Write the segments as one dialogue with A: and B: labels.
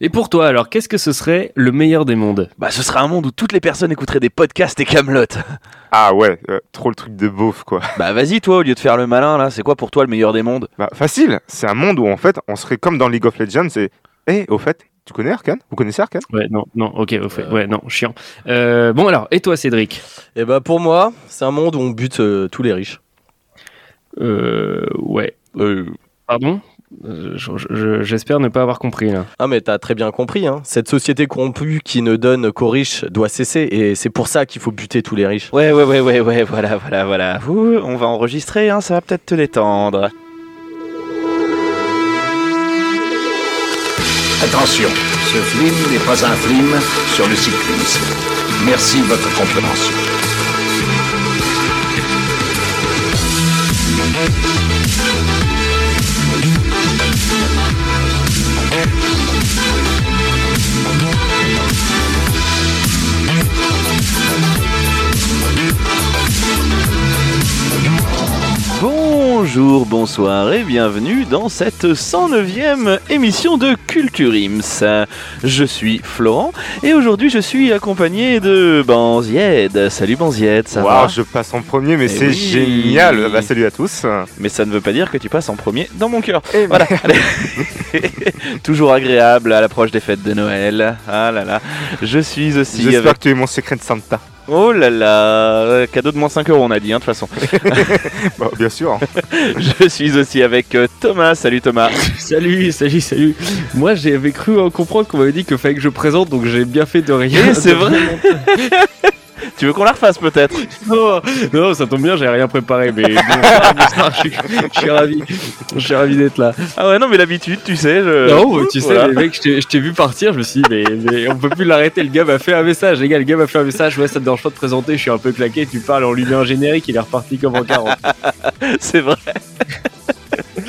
A: Et pour toi, alors, qu'est-ce que ce serait le meilleur des mondes
B: Bah, ce serait un monde où toutes les personnes écouteraient des podcasts et Camelot.
C: Ah ouais, euh, trop le truc de beauf quoi.
B: Bah, vas-y, toi, au lieu de faire le malin, là, c'est quoi pour toi le meilleur des mondes
C: Bah facile, c'est un monde où en fait on serait comme dans League of Legends et... Eh, au fait, tu connais Arkane Vous connaissez Arkane
A: Ouais, non, non, ok, au fait, ouais, non, chiant. Euh, bon, alors, et toi, Cédric
D: Et bah pour moi, c'est un monde où on bute euh, tous les riches.
A: Euh, ouais. Pardon Euh, je- je- je- J'espère ne pas avoir compris, là.
D: Ah mais t'as très bien compris, hein. cette société corrompue qui ne donne qu'aux riches doit cesser et c'est pour ça qu'il faut buter tous les riches.
B: Ouais, ouais, ouais, ouais, ouais, voilà, voilà, voilà. Ouh, on va enregistrer, hein, ça va peut-être te détendre.
E: Attention, ce film n'est pas un film sur le cyclisme. Merci de votre compréhension.
B: Bonjour, bonsoir et bienvenue dans cette 109e émission de Culture Ims. Je suis Florent et aujourd'hui je suis accompagné de Banzied. Salut Banzied, ça
C: Waouh,
B: va
C: je passe en premier, mais
B: Eh
C: c'est
B: oui.
C: génial. Bah salut à tous.
B: Mais ça ne veut pas dire que tu passes en premier dans mon cœur.
A: Eh ben.
B: Voilà. Toujours agréable à l'approche des fêtes de Noël. Ah là là. Je suis aussi
C: J'espère
B: avec...
C: que tu es mon secret de Santa.
B: Oh là là. Cadeau de moins 5 euros on a dit hein, de toute façon.
C: Bah, bien sûr.
B: Je suis aussi avec euh, Thomas. Salut Thomas.
A: Salut, salut, salut. Moi, j'avais cru en comprendre qu'on m'avait dit qu'il fallait que je présente, donc j'ai bien fait de rien.
B: Eh, c'est vrai. Tu veux qu'on la refasse peut-être
A: Non, non, ça tombe bien, j'ai rien préparé, mais bon, bonsoir, je, suis, je suis ravi, je suis ravi d'être là.
B: Ah ouais non mais l'habitude tu sais. Je...
A: non, tu sais,
B: Euh, Voilà.
A: les mecs, je t'ai- je t'ai vu partir, je me suis dit, mais, mais on peut plus l'arrêter, le gars m'a fait un message, les gars, le gars m'a fait un message, ouais, ça me dérange pas de présenter, je suis un peu claqué, tu parles, on lui met un générique, il est reparti comme en 40.
B: C'est vrai.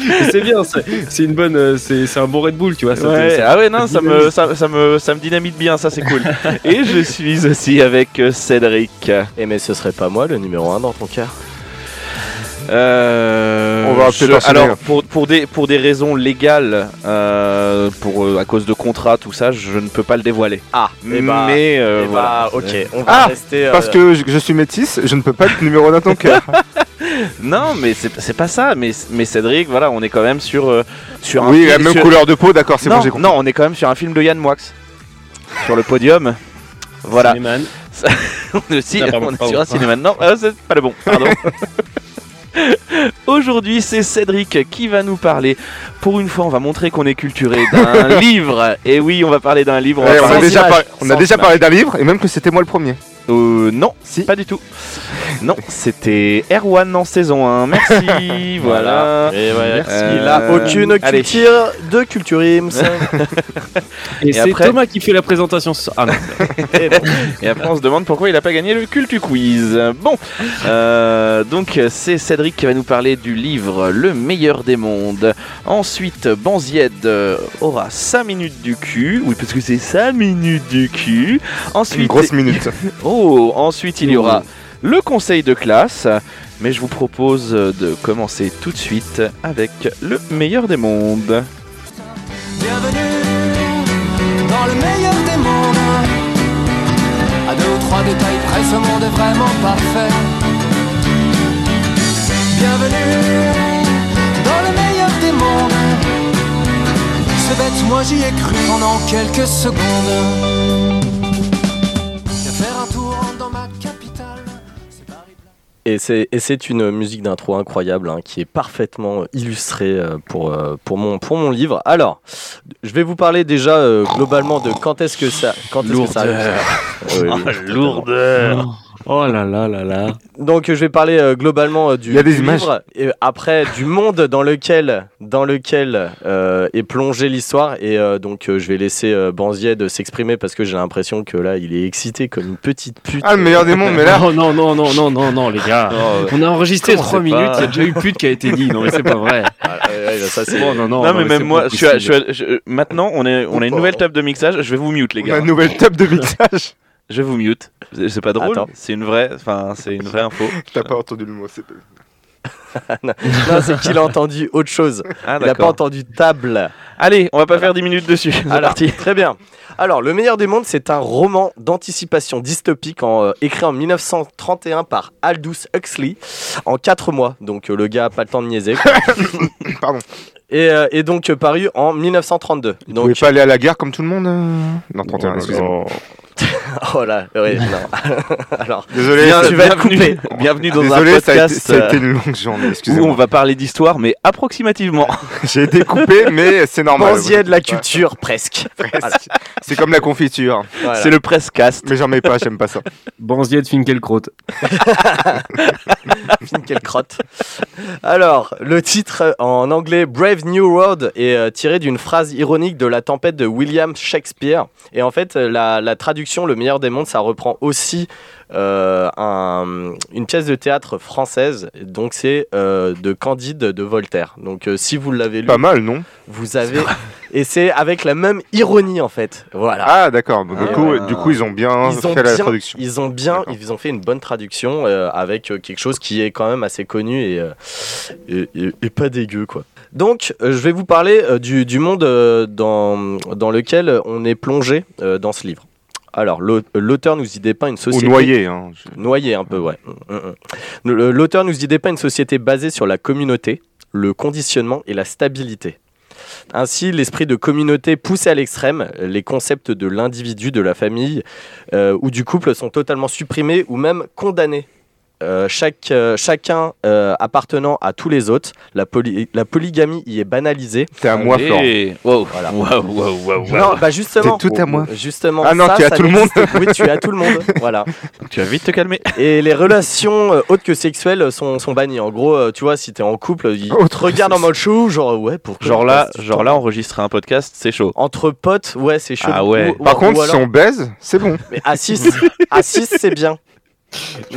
A: Mais C'est bien, c'est c'est une bonne, euh, c'est c'est un bon Red Bull, tu vois. ça te-
B: Ouais,
A: ça-
B: Ah ouais, non, ça me, ça, ça me, ça me dynamite bien, ça c'est cool. Et je suis aussi avec euh, Cédric.
D: Et Eh, mais ce serait pas moi le numéro 1 dans ton cœur
B: Euh,
C: On va
B: je-
C: peut-être en
B: Alors
C: finir.
B: pour, pour des pour des raisons légales, euh, pour euh, à cause de contrat tout ça, je ne peux pas le dévoiler.
D: Ah, et bah,
B: mais euh,
D: eh
B: voilà.
D: bah, ok, on va
C: Ah,
D: rester... euh,
C: Parce que je, je suis métisse, je ne peux pas être numéro d'un ton cœur.
B: Non, mais c'est c'est pas ça. Mais mais Cédric, voilà, on est quand même sur euh, sur un
C: Oui,
B: fil-
C: la même
B: sur-
C: couleur de peau, d'accord, c'est
B: non,
C: bon, j'ai compris.
B: non, on est quand même sur un film de Yann Moix sur le podium. Voilà.
A: Cinéman.
B: Si,
A: Ah, pardon,
B: on est
A: pardon.
B: sur un cinéma. Non, ah, c'est pas le bon, pardon. Aujourd'hui, c'est Cédric qui va nous parler. Pour une fois, on va montrer qu'on est culturé d'un livre. Et oui, on va parler d'un livre.
C: Eh, on,
B: parler
C: a déjà
B: d'images,
C: par- on a
B: sans
C: déjà
B: images.
C: parlé d'un livre, et même que c'était moi le premier.
B: Euh, non,
C: Si.
B: pas du tout. Non, c'était Erwan en saison 1. Merci, voilà.
D: Et ouais,
B: Euh,
D: Il a aucune
B: allez.
D: culture de culture Ims.
A: Et, c'est
B: après-
A: Thomas qui fait la présentation. ce- Ah non.
B: Et après, on se demande pourquoi il a pas gagné le Cultu Quiz. Bon, euh, donc c'est Cédric qui va nous parler du livre Le meilleur des mondes. Ensuite, Banzied euh, aura 5 minutes du cul. Oui, parce que c'est 5 minutes du cul.
C: Une
B: Ensuite,
C: grosse minute.
B: oh, ensuite il y aura le conseil de classe. Mais je vous propose de commencer tout de suite avec Le meilleur des mondes.
F: Bienvenue dans le meilleur des mondes. À deux ou trois détails près, ce monde est vraiment parfait. Bienvenue dans le meilleur des mondes. C'est bête, moi j'y ai cru pendant quelques secondes. Je vais faire un tour dans ma capitale. C'est Paris.
D: Et c'est et c'est une musique d'intro incroyable hein, qui est parfaitement euh, illustrée euh, pour, euh, pour, mon, pour mon livre. Alors, je vais vous parler déjà euh, globalement de quand est-ce que ça, quand est-ce que ça arrive. Oui, oui,
C: Ah,
D: totalement.
A: Oh là là là là.
D: Donc euh, je vais parler euh, globalement euh, du,
C: Il y a des
D: du
C: images.
D: livre et après du monde dans lequel dans lequel euh, est plongée l'histoire et euh, donc euh, je vais laisser euh, Banzied s'exprimer parce que j'ai l'impression que là il est excité comme une petite pute.
C: Ah, le meilleur des mondes, mais là.
A: Oh non, non, non, non, non, non, les gars.
B: euh,
A: On a enregistré 3 minutes, il y a déjà eu pute qui a été dit. Non, mais c'est pas vrai.
D: Ah, ouais, ouais, ça, c'est-
A: Oh, non, non,
B: Non, mais
A: c'est
B: même moi,
A: pas
B: je suis à- je suis
A: possible.
B: à- je- maintenant on, est, on a une nouvelle table de mixage. Je vais vous mute les
C: On
B: gars.
C: a une nouvelle top de mixage.
B: Je vous mute. C'est c'est pas drôle.
D: Attends.
B: C'est une vraie, enfin, c'est une vraie info.
C: T'as pas entendu le mot, c'est
D: non, c'est qu'il a entendu autre chose.
B: Ah,
D: Il n'a pas
B: d'accord.
D: entendu table.
B: Allez, on va pas faire 10 minutes dessus. C'est
D: Alors,
B: parti.
D: Très bien. Alors, Le meilleur des mondes, c'est un roman d'anticipation dystopique en, euh, écrit en 1931 par Aldous Huxley en 4 mois. Donc, euh, le gars a pas le temps de niaiser. quoi.
C: Pardon.
D: Et, euh, et donc, euh, paru en 1932.
C: Vous pouvez
D: Donc,
C: pas aller à la gare comme tout le monde euh Non, 31, excusez-moi.
D: oh là, ouais, non. Alors,
C: Désolé,
D: Bien,
C: ça-
D: tu vas être
B: bienvenue,
D: coupé.
B: bienvenue dans
C: désolé,
B: un
C: ça, a été,
B: podcast
C: ça a été
B: euh,
C: une longue journée,
B: où on
C: excusez-moi.
B: va parler d'histoire, mais approximativement.
C: J'ai été coupé, mais c'est normal.
D: pensier de la
C: Ouais,
D: culture, presque.
C: presque. C'est comme la confiture.
D: Voilà.
B: C'est le presscast.
C: Mais j'en mets pas, j'aime pas ça.
A: Banzier de Finkielkraut.
D: Quelle crotte. Alors, le titre euh, en anglais Brave New World est euh, tiré d'une phrase ironique de La Tempête de William Shakespeare. Et en fait, euh, la, la traduction Le meilleur des mondes, ça reprend aussi euh, un- une pièce de théâtre française. Donc, c'est euh, de Candide de Voltaire. Donc, euh, si vous l'avez lu,
C: Pas mal, non
D: vous avez. Et c'est avec la même ironie, en fait. Voilà.
C: Ah, d'accord. Donc,
D: Ah,
C: du, coup,
B: ouais.
C: du coup, ils ont bien
D: Ils ont,
C: fait
D: bien,
C: Hein, la traduction.
D: ils ont bien,
C: D'accord.
D: ils ont fait une bonne traduction euh, avec euh, quelque chose qui est quand même assez connu et, euh, et, et- et pas dégueu quoi. Donc euh, je vais vous parler euh, du, du monde euh, dans, dans lequel on est plongé euh, dans ce livre. Alors l'au- l'auteur nous y dépeint une
C: Ou
D: société
C: noyé. Hein. Je-
D: Noyé un peu, ouais. Mm, mm, mm. Le- L'auteur nous y dépeint une société basée sur la communauté, le conditionnement et la stabilité. Ainsi, l'esprit de communauté poussé à l'extrême, les concepts de l'individu, de la famille euh, ou du couple sont totalement supprimés ou même condamnés. Euh, chaque, euh, chacun euh, appartenant à tous les autres, la, poly- la polygamie y est banalisée.
C: T'es à moi, Florent.
B: Et- Wow,
D: Voilà.
B: wow, wow, wow, wow.
D: Non, bah justement.
C: T'es tout à moi.
D: Justement.
C: Ah non,
D: ça,
C: tu es à
D: ça
C: tout le monde.
D: n'existe- Oui, tu es à tout le monde. Voilà.
B: Tu vas vite te calmer.
D: Et les relations euh, autres que sexuelles sont, sont bannies. En gros, euh, tu vois, si t'es en couple, ils te
C: Autre
D: regardent en mode chou, genre ouais, pourquoi
B: Genre
D: on
B: là,
D: passe du
B: genre
D: temps-
B: là, enregistrer un podcast, c'est chaud.
D: Entre potes, ouais, c'est chaud.
B: Ah ouais.
D: Ou- ou-
C: Par
D: ou
C: contre,
D: alors-
C: si on baise, c'est bon.
D: mais à 6, à six, c'est bien.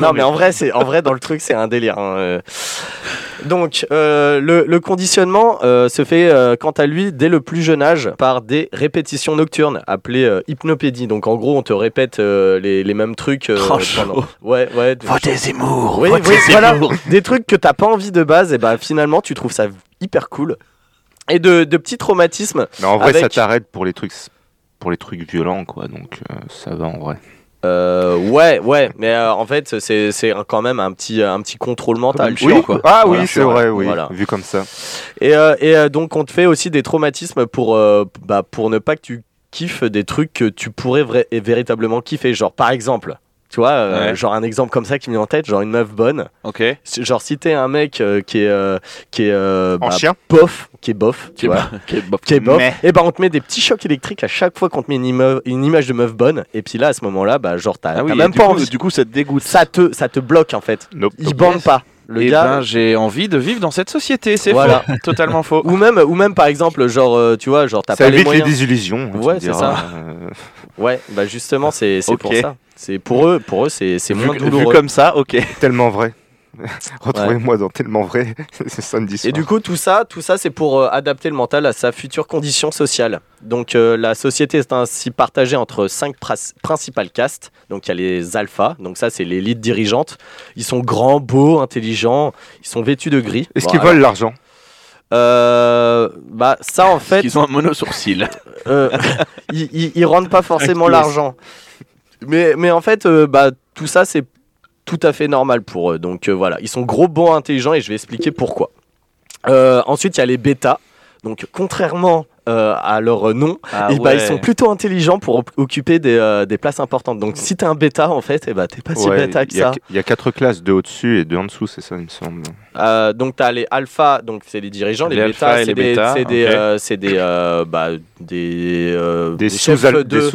D: Non, mais en vrai, c'est en vrai dans le truc, c'est un délire. hein, euh. Donc, euh, le, le conditionnement euh, se fait, euh, quant à lui, dès le plus jeune âge, par des répétitions nocturnes appelées euh, hypnopédie. Donc, en gros, on te répète euh, les, les mêmes trucs. euh,
B: Oh, chaud.
D: Ouais, ouais. de-
B: Votez Zemmour.
D: Oui,
B: votez
D: oui, voilà.
B: Zemmour.
D: des trucs que t'as pas envie de base, et ben finalement tu trouves ça hyper cool. Et de, de petits traumatismes.
C: Mais en vrai,
D: Avec-
C: ça t'arrête pour les trucs pour les trucs violents, quoi. Donc, euh, ça va en vrai.
D: Euh, ouais, ouais, mais euh, en fait c'est c'est un- quand même un petit, euh, un petit contrôle mental.
B: Comme une chiant,
D: Oui.
B: quoi.
C: Ah
D: Voilà,
C: oui, c'est
D: chiant,
C: vrai, oui.
D: voilà.
C: Vu comme ça.
D: Et, euh, et, euh, donc on te fait aussi des traumatismes pour, euh, bah, pour ne pas que tu kiffes des trucs que tu pourrais vrai- et véritablement kiffer. Genre par exemple, tu vois, euh,
B: Ouais.
D: genre un exemple comme ça qui me vient en tête, genre une meuf bonne.
B: Ok.
D: Si- Genre si t'es un mec euh, qui est, euh, qui est euh,
C: En
D: bah,
C: chien
D: bof, qui est bof, tu
B: Qui est
D: vois. qui est bof, et ben on te met des petits chocs électriques à chaque fois qu'on te met une, ima- une image de meuf bonne, et puis là à ce moment-là, bah genre t'as
B: Ah oui,
D: t'as
B: et
D: même
B: du
D: pas
B: coup-
D: envie.
B: Du coup, ça te dégoûte.
D: Ça te, ça te bloque en fait.
C: Nope.
D: Il bande pas. Le
B: Eh
D: gars.
B: ben, j'ai envie de vivre dans cette société, c'est
D: Voilà.
B: faux. Totalement faux.
D: ou même, ou même par exemple, genre euh, tu vois, genre t'as
C: Ça
D: pas les
C: évite les
D: moyens.
C: désillusions. hein, tu
D: Ouais,
C: me
D: c'est
C: diras.
D: ça.
C: Euh,
D: ouais, bah justement c'est c'est pour
B: Ok.
D: ça. C'est pour eux, pour eux c'est c'est
B: Vu,
D: moins
B: vu
D: douloureux.
B: comme ça, ok.
C: tellement vrai. Retrouvez-moi dans tellement vrai. c'est samedi soir.
D: Et du coup, tout ça, tout ça, c'est pour euh, adapter le mental à sa future condition sociale. Donc, euh, la société est ainsi partagée entre cinq pras- principales castes. Donc, il y a les alphas. Donc, ça, c'est l'élite dirigeante. Ils sont grands, beaux, intelligents. Ils sont vêtus de gris.
C: Est-ce
D: Bon,
C: qu'ils
D: alors,
C: volent l'argent
D: euh, Bah, ça, en fait,
B: Ils ont un monosourcil.
D: euh, ils, ils- ils rendent pas forcément
A: Acquiesce.
D: l'argent. Mais, mais en fait, euh, bah, tout ça, c'est tout à fait normal pour eux. Donc euh, voilà, ils sont gros, bons, intelligents et je vais expliquer pourquoi. Euh, ensuite, il y a les bêtas. Donc, contrairement euh, à leur nom,
B: Ah
D: eh ben, ils
B: ouais.
D: sont plutôt intelligents pour op- occuper des, euh, des places importantes. Donc, si t'es un bêta, en fait, eh ben, t'es pas si
C: Ouais,
D: bêta que
C: Il y a
D: ça.
C: qu- il y a quatre classes, deux au-dessus et deux en dessous, c'est ça, il me semble.
D: Euh, donc tu as les alpha, donc c'est les dirigeants, les,
B: Les alphas
D: bêta,
B: et
D: c'est
B: les
D: des,
B: bêtas,
D: c'est des,
B: ok.
D: euh, c'est des, euh, bah, des, euh,
C: Des
D: des chefs
C: sous-alpha.
D: de-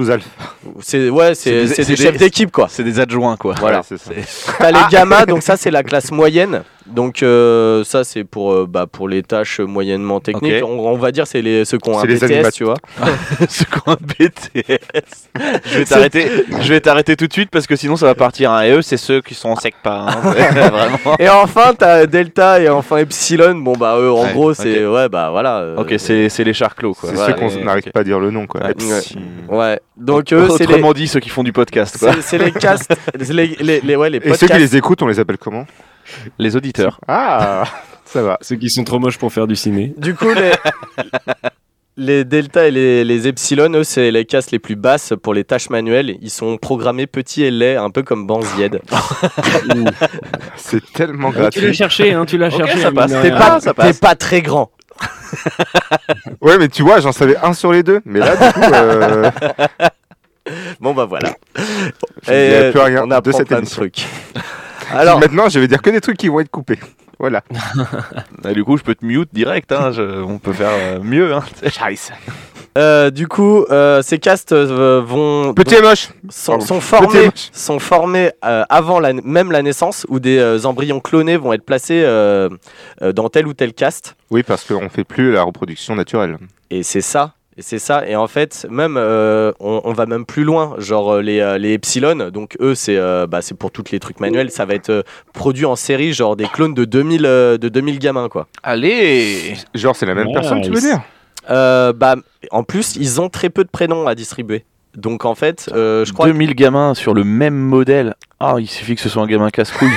D: c'est
B: C'est
D: ouais, c'est
B: des-
D: c'est
B: c'est
D: des
B: des-
D: chefs d'équipe quoi.
B: C'est des adjoints, quoi.
D: Voilà.
C: c'est ça.
D: T'as les gammas, donc ça c'est la classe moyenne. Donc euh, ça c'est pour euh, bah, pour les tâches moyennement techniques.
B: Ok.
D: On, on va dire c'est les ceux qui ont un
C: C'est les
D: BTS,
C: animat-
D: tu vois.
B: Ce coin BTS. Je vais t'arrêter. Je vais t'arrêter tout de suite parce que sinon ça va partir. hein. Et eux, c'est ceux qui sont en sec pas. hein. Vraiment.
D: Et enfin t'as delta et enfin epsilon. Bon bah eux en
B: Ouais,
D: gros
B: ok.
D: c'est ouais bah voilà. euh,
B: Ok, c'est c'est les charclos, quoi.
C: C'est
B: Voilà.
C: ceux qu'on
B: Et-
C: n'arrive pas à dire le nom, quoi.
B: Ouais. euh,
C: Epsi-
D: ouais. Donc eux c'est les
B: Autrement dit, ceux qui font du podcast, quoi.
D: c'est- c'est les castes, les, les, les- ouais les
C: Et ceux qui
D: podcasts.
C: les écoutent, on les appelle comment
B: Les auditeurs.
C: Ah, ça va.
A: Ceux qui sont trop moches pour faire du ciné.
D: Du coup, les, les deltas et les, les epsilon, eux, c'est les castes les plus basses pour les tâches manuelles. Ils sont programmés petits et laids, un peu comme Banzied.
C: C'est tellement
A: Tu l'as
C: gratuit.
A: cherché, hein, tu l'as cherché.
B: ça
A: mine
B: passe.
A: de
B: T'es
A: rien.
B: pas- ça
D: T'es
B: passe.
D: pas très grand.
C: Ouais, mais tu vois, j'en savais un sur les deux. Mais là, du coup, euh,
D: Bon, bah voilà.
C: je ne dirai plus rien
D: on apprend
C: de cette
D: plein de
C: émission.
D: trucs. Alors,
C: Maintenant, je vais dire que des trucs qui vont être coupés. Voilà.
B: Et du coup, je peux te mute direct. hein, je- on peut faire euh, mieux. hein.
D: euh, du coup, euh, ces castes euh, vont.
C: Petit et moche.
D: sont,
C: Pardon.
D: sont formés,
C: Petit-
D: sont formés euh, avant la, même la naissance où des euh, embryons clonés vont être placés euh, euh, dans tel ou tel caste.
C: Oui, parce qu'on fait plus la reproduction naturelle.
D: Et c'est ça. Et c'est ça. Et en fait, même, euh, on, on va même plus loin. Genre euh, les, euh, les Epsilon, donc eux, c'est euh, bah, c'est pour tous les trucs manuels. Ça va être euh, produit en série, genre des clones de 2000, euh, de 2000 gamins, quoi.
B: Allez
C: Genre, c'est la même
A: Nice.
C: personne, tu veux dire
D: Euh, bah, en plus, ils ont très peu de prénoms à distribuer. Donc en fait, euh, je crois
B: 2000 gamins sur le même modèle. Ah, il suffit que ce soit un gamin casse-couille.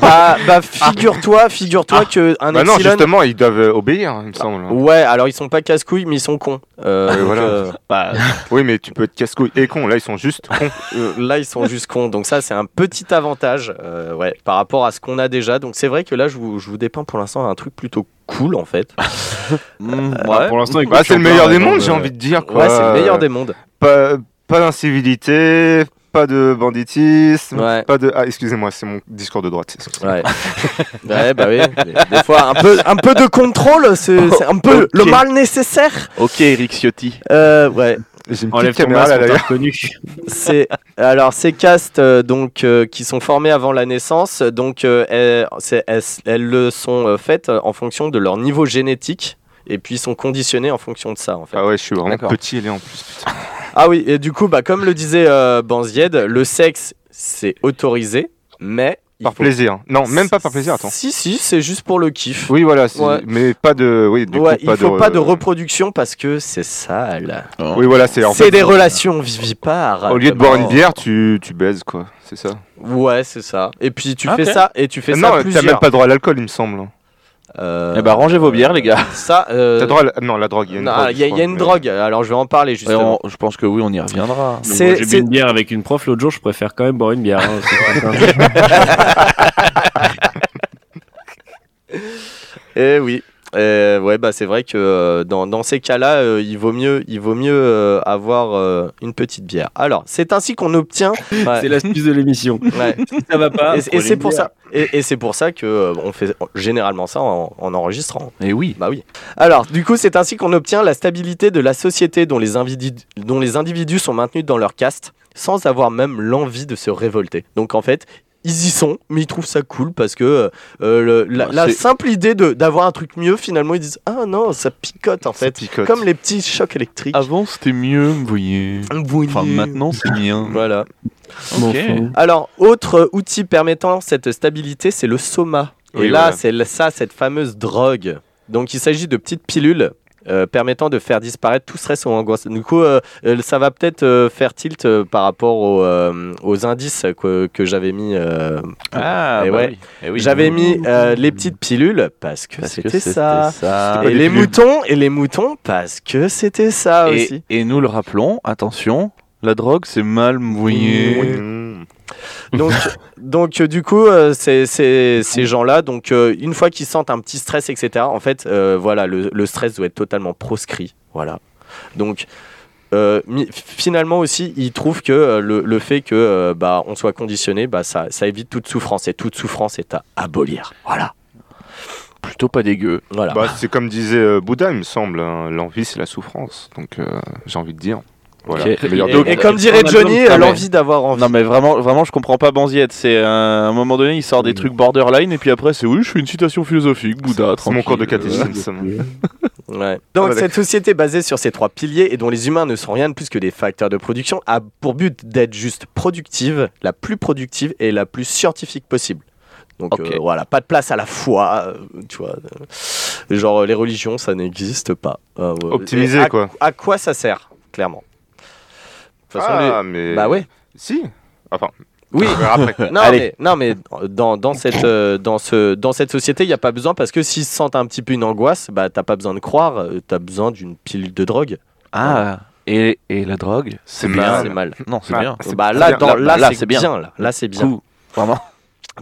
D: Bah, bah, figure-toi, figure-toi que un
C: Ah. Bah non,
D: Epsilon.
C: justement, ils doivent euh, obéir, il me semble.
D: Ouais, alors ils sont pas casse-couilles, mais ils sont cons. Euh,
C: Ouais,
D: donc,
C: Ah, voilà.
D: euh,
B: bah,
C: Oui, mais tu peux être casse-couille et con. Là, ils sont juste cons.
D: euh, là, ils sont juste cons. Donc ça, c'est un petit avantage euh, ouais, par rapport à ce qu'on a déjà. Donc c'est vrai que là, je vous, je vous dépeins pour l'instant un truc plutôt cool, en fait.
C: Ah,
B: mm,
A: Bah,
B: ouais.
A: Pour l'instant, écoute,
C: Bah,
A: je suis
C: c'est le
A: encore
C: meilleur des
A: dans
C: mondes,
A: le-
C: j'ai envie de dire. Quoi.
D: Ouais, c'est le meilleur des mondes.
C: Pas, pas d'incivilité, pas de banditisme,
D: Ouais.
C: pas de. Ah, excusez-moi, c'est mon discours de droite. excusez-moi.
D: Ouais. ouais, bah oui. Des fois, un peu, un peu de contrôle, c'est c'est un peu le
B: Ok.
D: mal nécessaire.
B: Ok, Eric Ciotti.
D: Euh, ouais.
C: J'ai une
A: Enlève
C: petite
A: ton
C: caméra
A: masque,
C: là
A: on t'a
C: d'ailleurs.
A: reconnu.
D: C'est alors ces castes euh, donc euh, qui sont formées avant la naissance, donc euh, elles, c'est- elles- elles le sont euh, faites euh, en fonction de leur niveau génétique. Et puis sont conditionnées en fonction de ça en fait.
C: Ah ouais, je suis vraiment
B: D'accord.
C: petit et laid en plus. Putain.
D: Ah oui, et du coup, bah, comme le disait euh, Banzied, le sexe c'est autorisé, mais. il
C: Par
D: faut-
C: plaisir. Non, même pas par plaisir, attends.
D: Si, si, c'est juste pour le kiff.
C: Oui, voilà, c'est-
D: Ouais.
C: mais pas de. Oui, du
D: Ouais,
C: coup,
D: il faut
C: de-
D: pas de reproduction parce que c'est sale.
C: Oui, voilà, c'est en
D: C'est
C: fait,
D: des relations vivipares.
C: Au lieu de boire une bière, tu, tu baises, quoi. C'est ça.
D: Ouais, c'est ça. Et puis tu
B: Ok.
D: fais ça et tu fais
C: Ah
D: ça
C: non, t'as
D: plusieurs.
C: même pas droit à l'alcool, il me semble.
D: Euh,
B: Eh bah, rangez vos bières, les gars.
D: Ça, euh,
C: T'as droit à la- Non, la drogue, il y a une
D: non,
C: drogue.
D: il
C: je
D: y a, il y a
C: crois,
D: une
C: mais-
D: drogue, alors je vais en parler
B: Et on-
D: justement.
B: je pense que oui, on y reviendra.
A: Donc,
D: C'est-
A: moi, J'ai bu
D: c'est-
A: une bière avec une prof l'autre jour, je préfère quand même boire une bière. hein, c'est pas grave.
D: Eh oui. Euh, ouais, bah c'est vrai que euh, dans, dans ces cas-là, euh, il vaut mieux, il vaut mieux euh, avoir euh, une petite bière. Alors, c'est ainsi qu'on obtient. Ouais,
A: c'est l'astuce de l'émission.
D: ouais.
A: Si ça va pas.
D: Et- et
A: prenez
D: c'est
A: une
D: pour
A: bière.
D: ça. Et, et c'est pour ça que euh, on fait généralement ça en- en enregistrant.
B: Et Eh oui.
D: Bah oui. Alors, du coup, c'est ainsi qu'on obtient la stabilité de la société dont les, individu- dont les individus sont maintenus dans leur caste, sans avoir même l'envie de se révolter. Donc, en fait, ils y sont, mais ils trouvent ça cool parce que euh, le- la,
B: Bah,
D: la
B: c'est-
D: simple idée de- d'avoir un truc mieux, finalement, ils disent Ah non, ça picote en
C: Ça
D: fait.
C: picote.
D: Comme les petits chocs électriques.
B: Avant, c'était mieux, Ah, vous voyez.
D: Vous
B: Enfin,
D: voyez.
B: maintenant, c'est hein. bien.
D: Voilà.
A: Mon
B: Ok.
A: fond.
D: Alors, autre euh, outil permettant cette stabilité, c'est le soma. Et
C: Oui,
D: là,
C: voilà.
D: c'est le- ça, cette fameuse drogue. Donc, il s'agit de petites pilules euh, permettant de faire disparaître tout stress ou angoisse. Du coup, euh, euh, ça va peut-être euh, faire tilt euh, par rapport aux, euh, aux indices que, que j'avais mis. euh,
B: Ah,
D: Eh
B: bah
D: ouais.
B: oui. Eh oui.
D: j'avais mis euh, les petites pilules parce que
B: Parce que
D: c'était ça.
B: ça.
D: Et les moutons, et les moutons parce que c'était ça aussi.
B: Et, et nous le rappelons, attention, la drogue c'est mal mouillé.
C: Mmh.
D: Donc,
B: Mmh.
D: donc euh, du coup, euh, ces- ces- ces gens-là, donc euh, une fois qu'ils sentent un petit stress, etc. En fait, euh, voilà, le, le stress doit être totalement proscrit. Voilà. Donc euh, mi- finalement aussi, ils trouvent que euh, le, le fait que euh, bah on soit conditionné, bah ça, ça évite toute souffrance et toute souffrance est à abolir. Voilà.
B: Plutôt pas dégueu.
D: Voilà.
C: Bah, c'est comme disait euh, Bouddha, il me semble. hein, L'envie, c'est la souffrance. Donc, euh, j'ai envie de dire. Voilà.
B: Ok.
C: Le meilleur
D: et,
C: des
D: et
C: mondes.
D: comme dirait
A: on a
D: Johnny, euh,
B: besoin de-
D: l'envie d'avoir envie.
B: Non mais vraiment, vraiment je comprends pas Banziette. C'est euh, à un moment donné il sort des
A: Oui.
B: trucs borderline et puis après c'est oui je fais une citation philosophique, Bouddha.
C: C'est
B: tranquille. euh.
C: mon cours de catéchisme. ça.
D: Ouais. Donc
C: Ah,
D: cette société basée sur ces trois piliers et dont les humains ne sont rien de plus que des facteurs de production a pour but d'être juste productive, la plus productive et la plus scientifique possible. Donc
B: Ok.
D: euh, voilà, pas de place à la foi, euh, tu vois. euh, genre euh, les religions, ça n'existe pas. Euh, ouais. Et
C: Optimiser,
D: à-
C: quoi.
D: À quoi ça sert, clairement De toute façon,
C: Ah, mais.
D: les- Bah ouais.
C: Si. Enfin,
D: Oui.
C: On verra après.
D: Non
B: Allez.
D: mais, non, mais dans, dans cette, euh, dans, ce, dans cette société, il n'y a pas besoin parce que s'ils se sentent un petit peu une angoisse, bah t'as pas besoin de croire, euh, t'as besoin d'une pilule de drogue.
B: Ah, et, et la drogue
C: C'est mal.
D: C'est mal.
B: Non, c'est
C: Mal.
B: bien.
C: C'est
D: Bah,
C: bien.
D: là,
C: Là,
D: dans- là,
B: là,
D: c'est
B: c'est
D: bien.
B: bien.
D: là. Là, c'est bien.
B: Coup, vraiment.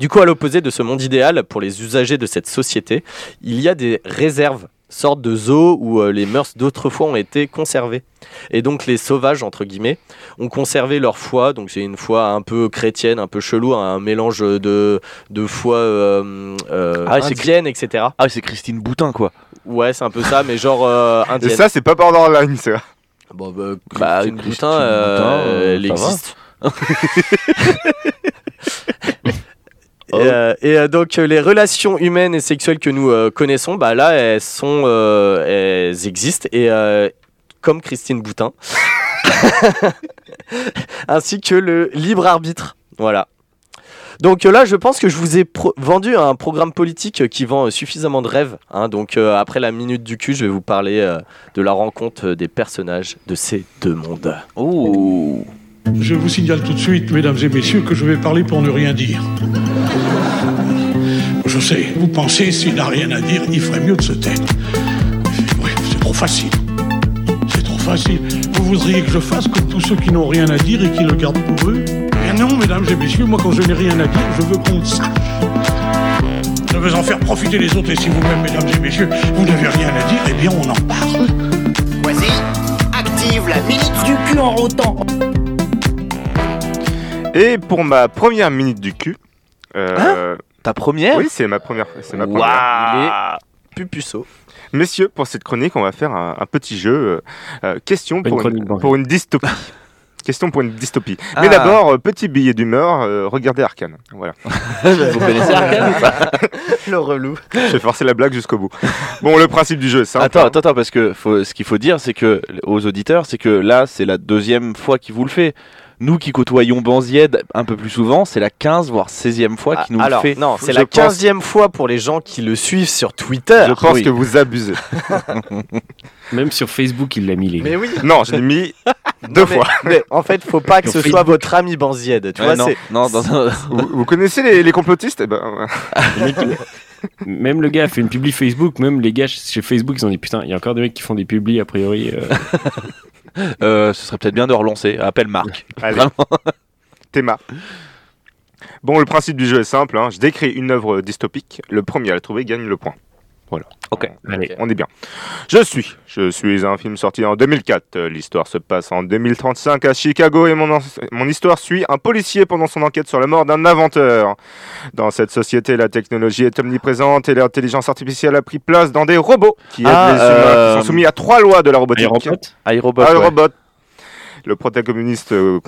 D: Du coup, à l'opposé de ce monde idéal pour les usagers de cette société, il y a des réserves, sortes de zoos où euh, les mœurs d'autrefois ont été conservées. Et donc les sauvages, entre guillemets, ont conservé leur foi. Donc c'est une foi un peu chrétienne, un peu chelou, un mélange de, de foi euh, euh,
B: Ah, c'est
D: indienne, etc.
B: Ah, c'est Christine Boutin, quoi.
D: Ouais, c'est un peu ça, mais genre euh,
C: Et
D: indienne.
C: ça, c'est pas borderline, c'est vrai.
D: Bon,
F: e,
D: bah, Christine
B: Bah,
D: Boutin,
B: Christine
D: euh,
B: Boutin, euh,
D: elle
B: ça va.
D: existe. Et, euh, et, euh, donc euh, les relations humaines et sexuelles que nous euh, connaissons, bah là elles sont, euh, elles existent et euh, comme Christine Boutin, ainsi que le libre arbitre, voilà. Donc euh, là, je pense que je vous ai pro- vendu un programme politique euh, qui vend euh, suffisamment de rêves. hein. donc euh, après la minute du cul, je vais vous parler euh, de la rencontre euh, des personnages de ces deux mondes.
B: Oh.
G: Je vous signale tout de suite, mesdames et messieurs, que je vais parler pour ne rien dire. Je sais, vous pensez, s'il n'a rien à dire, il ferait mieux de se taire. Oui, c'est trop facile. C'est trop facile. Vous voudriez que je fasse comme tous ceux qui n'ont rien à dire et qui le gardent pour eux Eh non, mesdames et messieurs, moi, quand je n'ai rien à dire, je veux qu'on le sache. Je veux en faire profiter les autres, et si vous-même, mesdames et messieurs, vous n'avez rien à dire, eh bien, on en parle.
H: Vas-y, active la minute du cul en rotant.
C: Et pour ma première minute du cul.
D: Ah,
C: euh,
B: Ta première
C: oui, c'est ma première. C'est ma première.
B: Waouh.
D: Pupusso.
C: Messieurs, pour cette chronique, on va faire un, un petit jeu. euh, euh, question
A: Pas une
C: pour une,
A: chronique, bon.
C: pour une dystopie. question pour une dystopie.
B: Ah.
C: Mais d'abord, euh, petit billet d'humeur, euh, regardez Arkane. Voilà.
B: Vous connaissez Arkane ou pas
D: Le relou.
C: J'ai forcé la blague jusqu'au bout. Bon, le principe du jeu, c'est simple,
B: Attends,
C: hein.
B: attends, attends, parce que faut- ce qu'il faut dire, c'est que aux auditeurs, c'est que là, c'est la deuxième fois qu'il vous le fait. Nous qui côtoyons Banzied un peu plus souvent, c'est la 15 voire 16e fois qu'il nous
D: Alors,
B: le fait.
D: non, c'est
C: Je
D: la
C: pense-
D: quinzième fois pour les gens qui le suivent sur Twitter.
C: Je pense
B: oui.
C: que vous abusez.
A: Même sur Facebook, il l'a mis les gars.
D: Mais oui,
C: Non, je l'ai mis deux
D: Non, mais-
C: fois.
D: mais en fait, faut pas que
A: Sur
D: ce soit
A: Facebook.
D: votre ami Banzied. Tu
B: Ouais,
D: vois,
B: Ah Euh, non,
D: c'est
B: non, dans un-
C: Vous, vous connaissez les, les complotistes Eh ben,
A: Même le gars a fait une publi Facebook, même les gars chez Facebook, ils ont dit putain, il y a encore des mecs qui font des publis a priori. euh.
B: Euh, ce serait peut-être bien de relancer. Appelle Marc.
C: Allez.
B: Vraiment.
C: Théma. Bon, le principe du jeu est simple. hein. Je décris une œuvre dystopique. Le premier à la trouver gagne le point. Voilà.
B: Ok.
A: Allez.
C: On est bien. Je suis. Je suis un film sorti en 2004. Euh, L'histoire se passe en 2035 à Chicago et mon, en- mon histoire suit un policier pendant son enquête sur la mort d'un inventeur. Dans cette société, la technologie est omniprésente et l'intelligence artificielle a pris place dans des robots qui aident
B: Ah,
C: les humains
B: euh,
C: qui sont soumis à trois lois de la robotique.
A: Aéroport
B: iRobot.
C: Ah, le
B: ouais.
C: robot. Le protagoniste euh,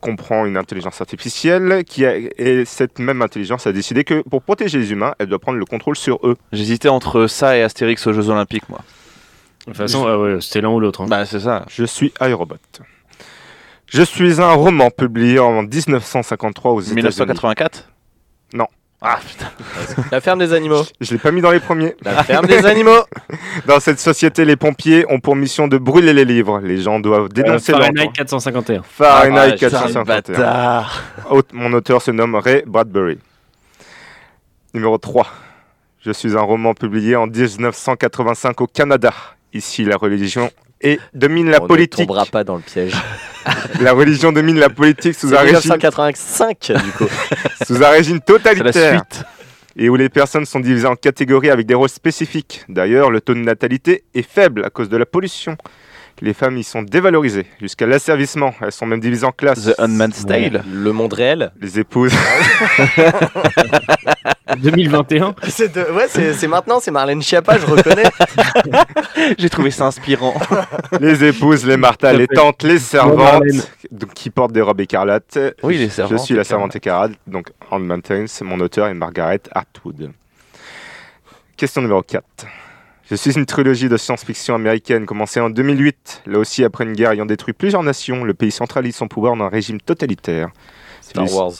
C: comprend une intelligence artificielle qui a- et cette même intelligence a décidé que pour protéger les humains, elle doit prendre le contrôle sur eux.
B: J'hésitais entre ça et Astérix aux Jeux Olympiques, moi.
A: De toute façon, ah ouais, c'était l'un ou l'autre. hein.
B: Bah, c'est ça.
C: Je suis iRobot. Je suis un roman publié en 1953 aux États-Unis.
B: 1984
C: Non.
B: Ah putain.
D: la ferme des animaux.
C: Je l'ai pas mis dans les premiers.
D: La ferme des animaux.
C: Dans cette société, les pompiers ont pour mission de brûler les livres. Les gens doivent
A: Euh,
C: dénoncer leur
A: Fahrenheit 451.
C: Fahrenheit
D: Ah, putain,
C: 451.
D: bâtard.
C: Aute- Mon auteur se nomme Ray Bradbury. Numéro 3. Je suis un roman publié en 1985 au Canada. Ici, la religion et domine la
D: On ne
C: politique.
D: tombera pas dans le piège.
C: La religion domine la politique sous un,
D: C'est
C: régime,
D: 1985 du coup.
C: sous un régime
B: C'est la
C: totalitaire
B: suite.
C: et où les personnes sont divisées en catégories avec des rôles spécifiques. D'ailleurs, le taux de natalité est faible à cause de la pollution. Les femmes y sont dévalorisées jusqu'à l'asservissement. Elles sont même divisées en classes.
B: The Unman's Tale.
D: Le monde réel.
C: Les épouses.
A: 2021.
D: C'est de- Ouais, c'est c'est maintenant, c'est Marlène Schiappa, je reconnais.
B: J'ai trouvé ça inspirant.
C: Les épouses, les Martha, les tantes, les servantes,
A: Marlène.
C: donc, qui portent des robes écarlates.
B: Oui, les
C: Je-
B: servantes
C: Je suis la
B: écarlates.
C: servante écarlate, donc On Mountains, mon auteur est Margaret Hartwood. Question numéro 4. Je suis une trilogie de science-fiction américaine commencée en 2008, là aussi après une guerre ayant détruit plusieurs nations, le pays centralise son pouvoir dans un régime totalitaire.
D: Star
C: Celui-
D: Wars.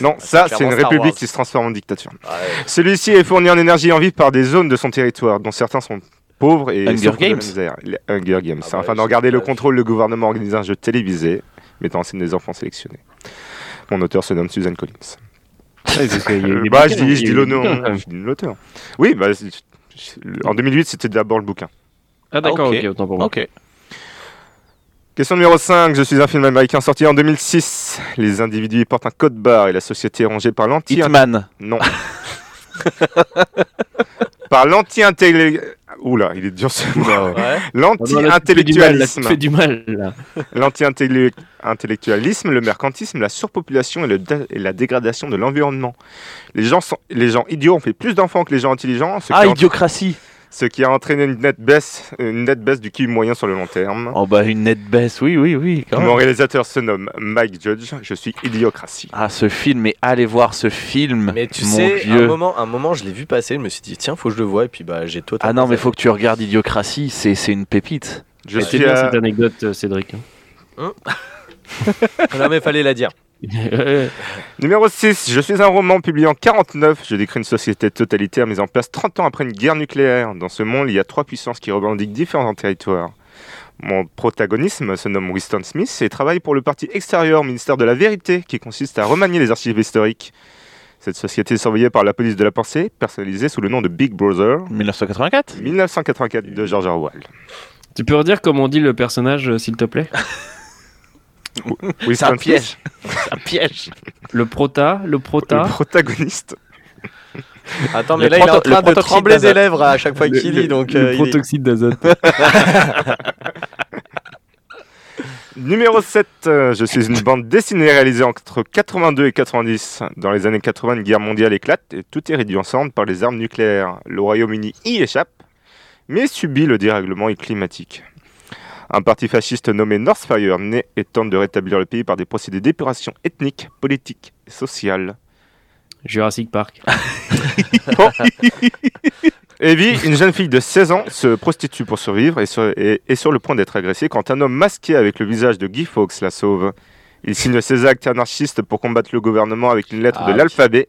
C: Non, ça c'est une
D: clairement Star
C: république
D: Wars.
C: qui se transforme en dictature.
D: Ouais.
C: Celui-ci est fourni en énergie en vive par des zones de son territoire, dont certains sont pauvres et
B: Hunger
C: souffrent de la
B: Games.
C: misère. Les Hunger Games.
D: Ah bah,
C: Afin
D: c'est
C: d'en garder le
D: dommage.
C: contrôle, le gouvernement organise un jeu télévisé mettant en scène des enfants sélectionnés. mon auteur se nomme Suzanne Collins. Euh, bah,
A: Bah,
C: je dis, je dis le nom, hein. je dis l'auteur. Oui, bah, c'est- je- en 2008, c'était d'abord le bouquin.
A: Ah, d'accord,
B: Ah, ok.
A: ok, autant pour moi.
B: Ok.
C: Question numéro 5, je suis un film américain sorti en 2006. Les individus y portent un code barre et la société est rongée par l'anti...
B: Hitman.
C: Non. par l'anti-intellé... Oula, il est dur ce mot.
A: L'anti-intellectualisme.
C: L'anti-intellectualisme.
A: fait du mal, là.
C: L'anti-intellectualisme, le mercantisme, la surpopulation et, le dé- et la dégradation de l'environnement. Les gens, sont, les gens idiots ont fait plus d'enfants que les gens intelligents, ce qui,
B: Ah,
C: a,
B: Idiocratie.
C: ce qui a entraîné une nette baisse, une nette baisse du QI moyen sur le long terme.
B: Oh, bah, une nette baisse. Oui, oui, oui. Quand
C: Mon
B: même.
C: réalisateur se nomme Mike Judge, je suis idiocratie.
B: Ah, ce film, mais allez voir ce film.
D: Mais tu
B: mon
D: sais,
B: Dieu.
D: un moment, un moment, je l'ai vu passer, je me suis dit, tiens, faut que je le voie, et puis bah, j'ai totalement.
B: Ah non, mais faut que tu regardes Idiocratie. C'est c'est une pépite.
C: Je
A: C'était
C: suis,
A: bien
C: euh,
A: cette anecdote, euh, Cédric.
D: Non, mais fallait la dire.
A: hein.
C: Numéro 6, je suis un roman publié en 49. Je décris une société totalitaire mise en place 30 ans après une guerre nucléaire. Dans ce monde, il y a trois puissances qui revendiquent différents territoires. Mon protagonisme se nomme Winston Smith et travaille pour le parti extérieur au ministère de la Vérité, qui consiste à remanier les archives historiques. Cette société est surveillée par la police de la pensée, personnalisée sous le nom de Big Brother,
B: 1984
C: 1984 de George Orwell.
A: tu peux redire comment on dit le personnage, euh, s'il te plaît
B: C'est un
C: Winston Smith,
B: piège. C'est un piège.
A: Le prota, le prota.
C: le protagoniste,
D: Attends,
B: Le
D: mais là, il est en
B: proto- le
D: train de
B: protoxyde
D: trembler des
B: d'azote.
D: lèvres à chaque fois
A: Le-
D: qu'il lit, donc.
A: le
D: euh, il est-
A: protoxyde d'azote.
C: Numéro 7, euh, je suis une bande dessinée réalisée entre 82 et 90. Dans les années 80, une guerre mondiale éclate et tout est réduit ensemble par les armes nucléaires. Le Royaume-Uni y échappe, mais subit le dérèglement climatique. Un parti fasciste nommé North Fire naît et tente de rétablir le pays par des procédés d'épuration ethnique, politique et sociale.
A: Jurassic Park.
C: Evie, une jeune fille de 16 ans, se prostitue pour survivre et sur- et- est sur le point d'être agressée quand un homme masqué avec le visage de Guy Fawkes la sauve. Il signe ses actes anarchistes pour combattre le gouvernement avec une lettre
D: Ah,
C: de
D: oui.
C: l'alphabet.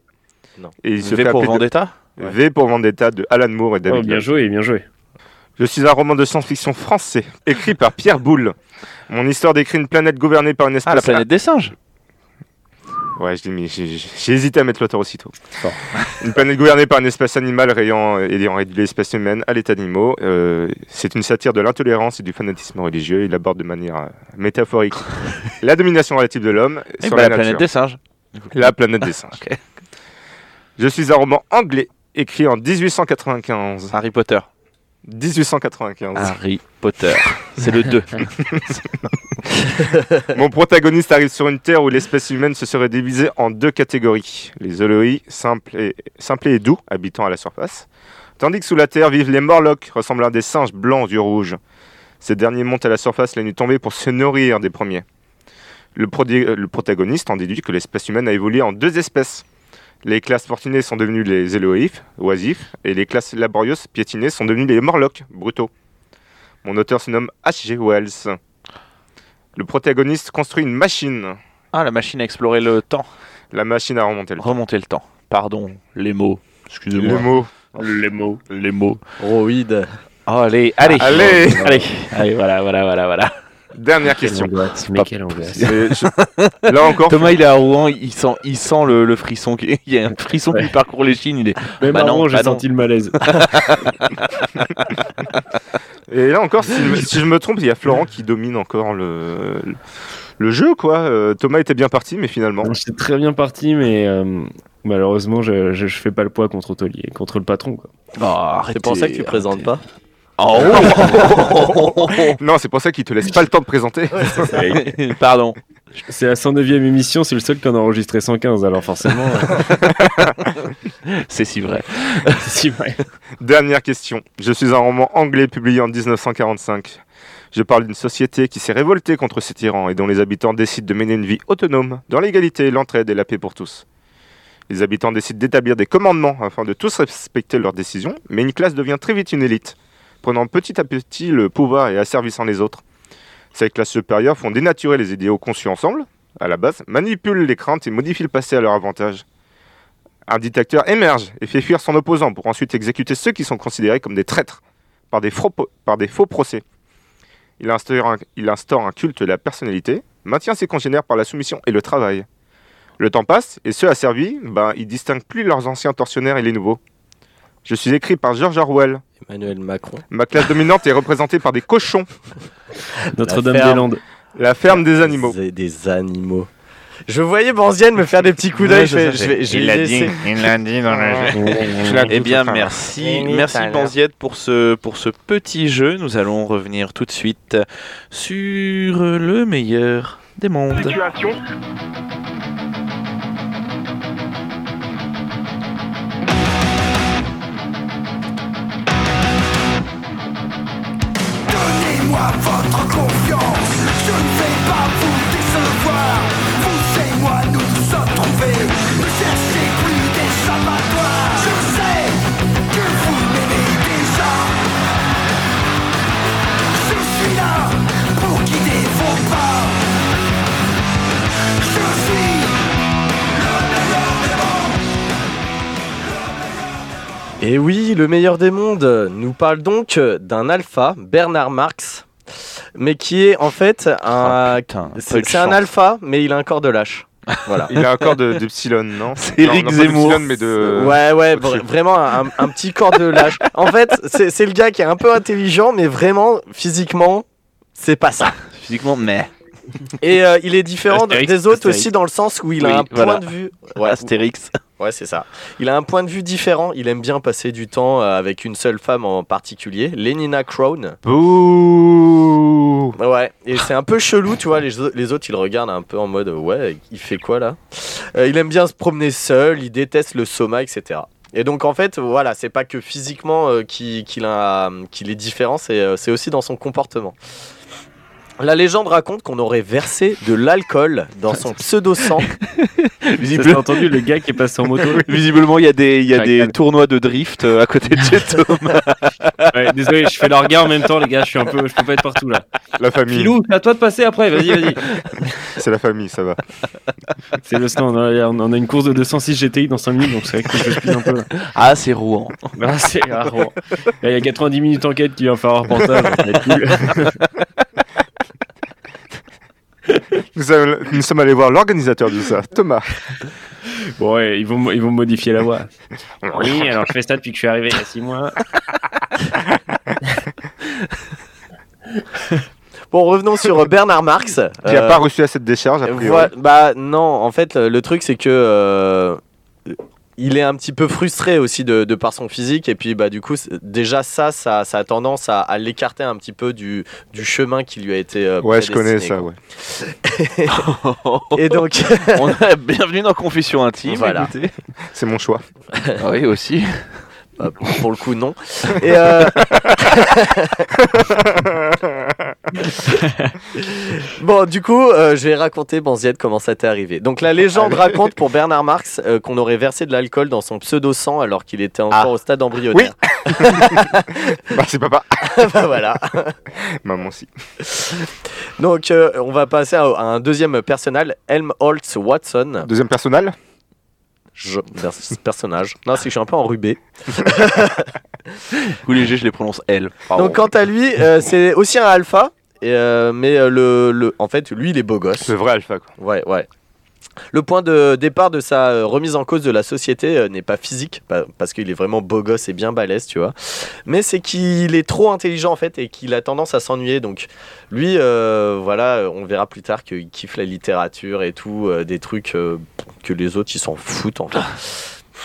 D: Non.
C: Et il se
B: V
C: fait
B: pour
C: appeler de-
B: Vendetta
C: V pour Vendetta de Alan Moore et
A: Oh,
C: David.
A: bien
C: Lynch.
A: joué, bien joué.
C: Je suis un roman de science-fiction français, écrit par Pierre Boulle. Mon histoire décrit une planète gouvernée par une espèce...
B: Ah, la planète des singes.
C: Ouais, je l'ai mis- j'ai j'ai- j'ai hésité à mettre l'auteur aussitôt. Une planète gouvernée par une espèce animale rayant, ayant réduit l'espèce humaine à l'état d'animaux. Euh, c'est une satire de l'intolérance et du fanatisme religieux. Il aborde de manière euh, métaphorique la domination relative de l'homme
B: Eh
C: sur
B: bah,
C: la,
B: la
C: nature.
B: planète des singes.
C: La planète des singes.
B: Ok.
C: Je suis un roman anglais écrit en 1895.
B: Harry Potter.
C: 1895.
B: Harry Potter. C'est le 2.
C: Mon protagoniste arrive sur une terre où l'espèce humaine se serait divisée en deux catégories. Les Oloi, simples et, simples et doux, habitant à la surface, tandis que sous la terre vivent les Morlocks, ressemblant à des singes blancs aux yeux rouges. Ces derniers montent à la surface la nuit tombée pour se nourrir des premiers. Le, prodi- euh, le protagoniste en déduit que l'espèce humaine a évolué en deux espèces. Les classes fortunées sont devenues les Eloïfs, oisifs, et les classes laborieuses, piétinées, sont devenues les Morlocks, brutaux. Mon auteur se nomme H.G. Wells. Le protagoniste construit une machine.
B: Ah, la machine à explorer le temps.
C: La machine à remonter le temps.
B: Remonter le temps. Pardon, les mots.
C: Oh, Le
B: Excusez-moi.
C: mot.
A: Les mots.
B: Les mots.
D: Roïd.
B: Oh, allez, allez.
C: Allez
B: Allez, allez, voilà, voilà, voilà, voilà.
C: Dernière
A: Quelle
C: question.
A: angoisse, mais quelle angoisse.
C: Mais je- Là encore,
B: Thomas, il est à Rouen, il sent, il sent le, le frisson. qui- Il y a un frisson qui parcourt les chines. Il est...
A: Même
B: Bah
A: avant,
B: non,
A: j'ai
B: bah non.
A: senti le malaise.
C: et là encore, si, si je me trompe, il y a Florent qui domine encore le, le jeu, quoi. Euh, Thomas était bien parti, mais finalement.
A: J'étais très bien parti, mais euh, malheureusement, je, je, je fais pas le poids contre Tolier, contre le patron. Quoi.
D: C'est pour ça que tu présentes pas.
B: Oh,
C: Non, c'est pour ça qu'il te laisse pas le temps de présenter.
B: Pardon.
A: C'est la 109 e émission, c'est le seul qui en a enregistré 115, alors forcément, euh,
B: C'est si vrai.
A: c'est si vrai.
C: Dernière question. Je suis un roman anglais publié en 1945. Je parle d'une société qui s'est révoltée contre ses tyrans et dont les habitants décident de mener une vie autonome, dans l'égalité, l'entraide et la paix pour tous. Les habitants décident d'établir des commandements afin de tous respecter leurs décisions, mais une classe devient très vite une élite, prenant petit à petit le pouvoir et asservissant les autres. Ces classes supérieures font dénaturer les idéaux conçus ensemble, à la base, manipulent les craintes et modifient le passé à leur avantage. Un dictateur émerge et fait fuir son opposant pour ensuite exécuter ceux qui sont considérés comme des traîtres par des faux, po- par des faux procès. Il instaure, un, il instaure un culte de la personnalité, maintient ses congénères par la soumission et le travail. Le temps passe, et ceux asservis, ben, ils distinguent plus leurs anciens tortionnaires et les nouveaux. Je suis écrit par George Orwell.
D: Emmanuel Macron.
C: Ma classe dominante est représentée par des cochons,
A: Notre-Dame-des-Landes.
C: la ferme des animaux.
D: Des, des animaux. Je voyais Banzienne me faire des petits coups d'œil. je fais- je vais- je vais laisser.
B: il l'a dit dans
C: Je la-
B: Eh bien,
C: Enfin,
B: merci.
D: Oui,
B: Merci
D: tout à l'heure.
B: Banziette pour ce, pour ce petit jeu. Nous allons revenir tout de suite sur le meilleur des mondes.
F: Donnez-moi votre confiance, je ne vais pas vous décevoir. Vous et moi nous nous sommes trouvés, ne cherchez plus d'échappatoire. Je sais que vous m'aimez déjà. Je suis là pour guider vos pas. Je suis le meilleur des mondes.
D: Et oui, le meilleur des mondes nous parle donc euh, d'un alpha, Bernard Marx, mais qui est en fait un.
B: Ah, Putain, peu
D: c'est
B: de
D: c'est un
B: chance.
D: alpha, mais il a un corps de lâche. Voilà.
C: Il a encore de- d'Epsilon, non
B: C'est
C: Non, non,
B: Eric
C: pas
B: Zemmour.
C: d'Epsilon, mais de.
D: ouais, ouais,
C: au-dessus.
D: vra- vraiment un, un petit corps de lâche. En fait, c'est c'est le gars qui est un peu intelligent, mais vraiment, physiquement, c'est pas ça.
B: Physiquement, mais.
D: Et euh, il est différent
A: Astérix,
D: des autres
A: Astérix.
D: aussi dans le sens où il a
B: Oui,
D: un
B: voilà.
D: point de vue. euh,
B: Astérix.
D: Ouais, c'est ça. Il a un point de vue différent. Il aime bien passer du temps euh, avec une seule femme en particulier, Lenina Crone.
C: Bouh
D: Bah Ouais, et c'est un peu chelou, tu vois. Les, au- les autres, ils le regardent un peu en mode euh, Ouais, il fait quoi là Euh, Il aime bien se promener seul, il déteste le soma, etc. Et donc, en fait, voilà, c'est pas que physiquement euh, qu'il qu'il a- qu'il est différent, c'est euh, c'est aussi dans son comportement. La légende raconte qu'on aurait versé de l'alcool dans son pseudo-sang
A: Vous avez entendu le gars qui est passé en moto
B: Visiblement, il y a des, il y a
A: Ouais,
B: des
A: calme.
B: tournois de drift euh, à côté de chez Tom.
A: Ouais, Désolé, je fais le regard en même temps, les gars. Je suis un peu, je peux pas être partout là.
C: La famille.
A: Filou, c'est à toi de passer après. Vas-y, vas-y.
C: C'est la famille, ça va.
A: C'est le stand. On a, on a une course de 206 GTI dans 5 minutes, donc c'est vrai que je speed un peu. Là.
B: ah, c'est Rouen.
A: Ah, c'est rare. Là, il y a 90 minutes enquête qu'il va falloir pour ça. donc on est cool.
C: Nous, avons- nous sommes allés voir l'organisateur de ça, Thomas.
A: Bon, ouais, ils vont, ils vont modifier la voix. Oui, alors je fais ça depuis que je suis arrivé il y a 6 mois.
D: Bon, revenons sur euh, Bernard Marx.
C: Qui a
D: Euh,
C: pas reçu à cette décharge, a priori.
D: voi- bah non, en fait, le, le truc c'est que euh, il est un petit peu frustré aussi de, de par son physique et puis bah du coup c'est- déjà ça, ça, ça a tendance à, à l'écarter un petit peu du, du chemin qui lui a été. euh,
C: Ouais, je
D: prédestiné,
C: connais ça,
D: quoi.
C: ouais.
D: Et donc
B: On a bienvenue dans Confession Intime.
D: Voilà.
B: écoutez.
C: C'est mon choix.
B: Ah oui, aussi.
D: bah, pour le coup non. Et, euh, Bon, du coup, euh, je vais raconter, Banziette, comment ça t'est arrivé. Donc, la légende raconte pour Bernard Marx euh, qu'on aurait versé de l'alcool dans son pseudo-sang alors qu'il était encore au stade embryonnaire.
C: Bah, c'est papa.
D: Bah, voilà.
C: Maman, si.
D: Donc, euh, on va passer à, à un deuxième personnage, Helmholtz Watson.
C: Deuxième personnel
D: Je, pers- personnage. Non, c'est que je suis un peu enrubé.
B: Ou les G, je les prononce L. Pardon.
D: Donc, quant à lui, euh, c'est aussi un alpha. Et euh, mais euh, le, le- en fait, lui, il est beau gosse.
C: Le vrai alpha, quoi.
D: Ouais, ouais. Le point de départ de sa euh, remise en cause de la société euh, n'est pas physique, pa- parce qu'il est vraiment beau gosse et bien balèze, tu vois. Mais c'est qu'il est trop intelligent, en fait, et qu'il a tendance à s'ennuyer. Donc, lui, euh, voilà, euh, on verra plus tard qu'il kiffe la littérature et tout, euh, des trucs euh, que les autres, ils s'en foutent, en fait.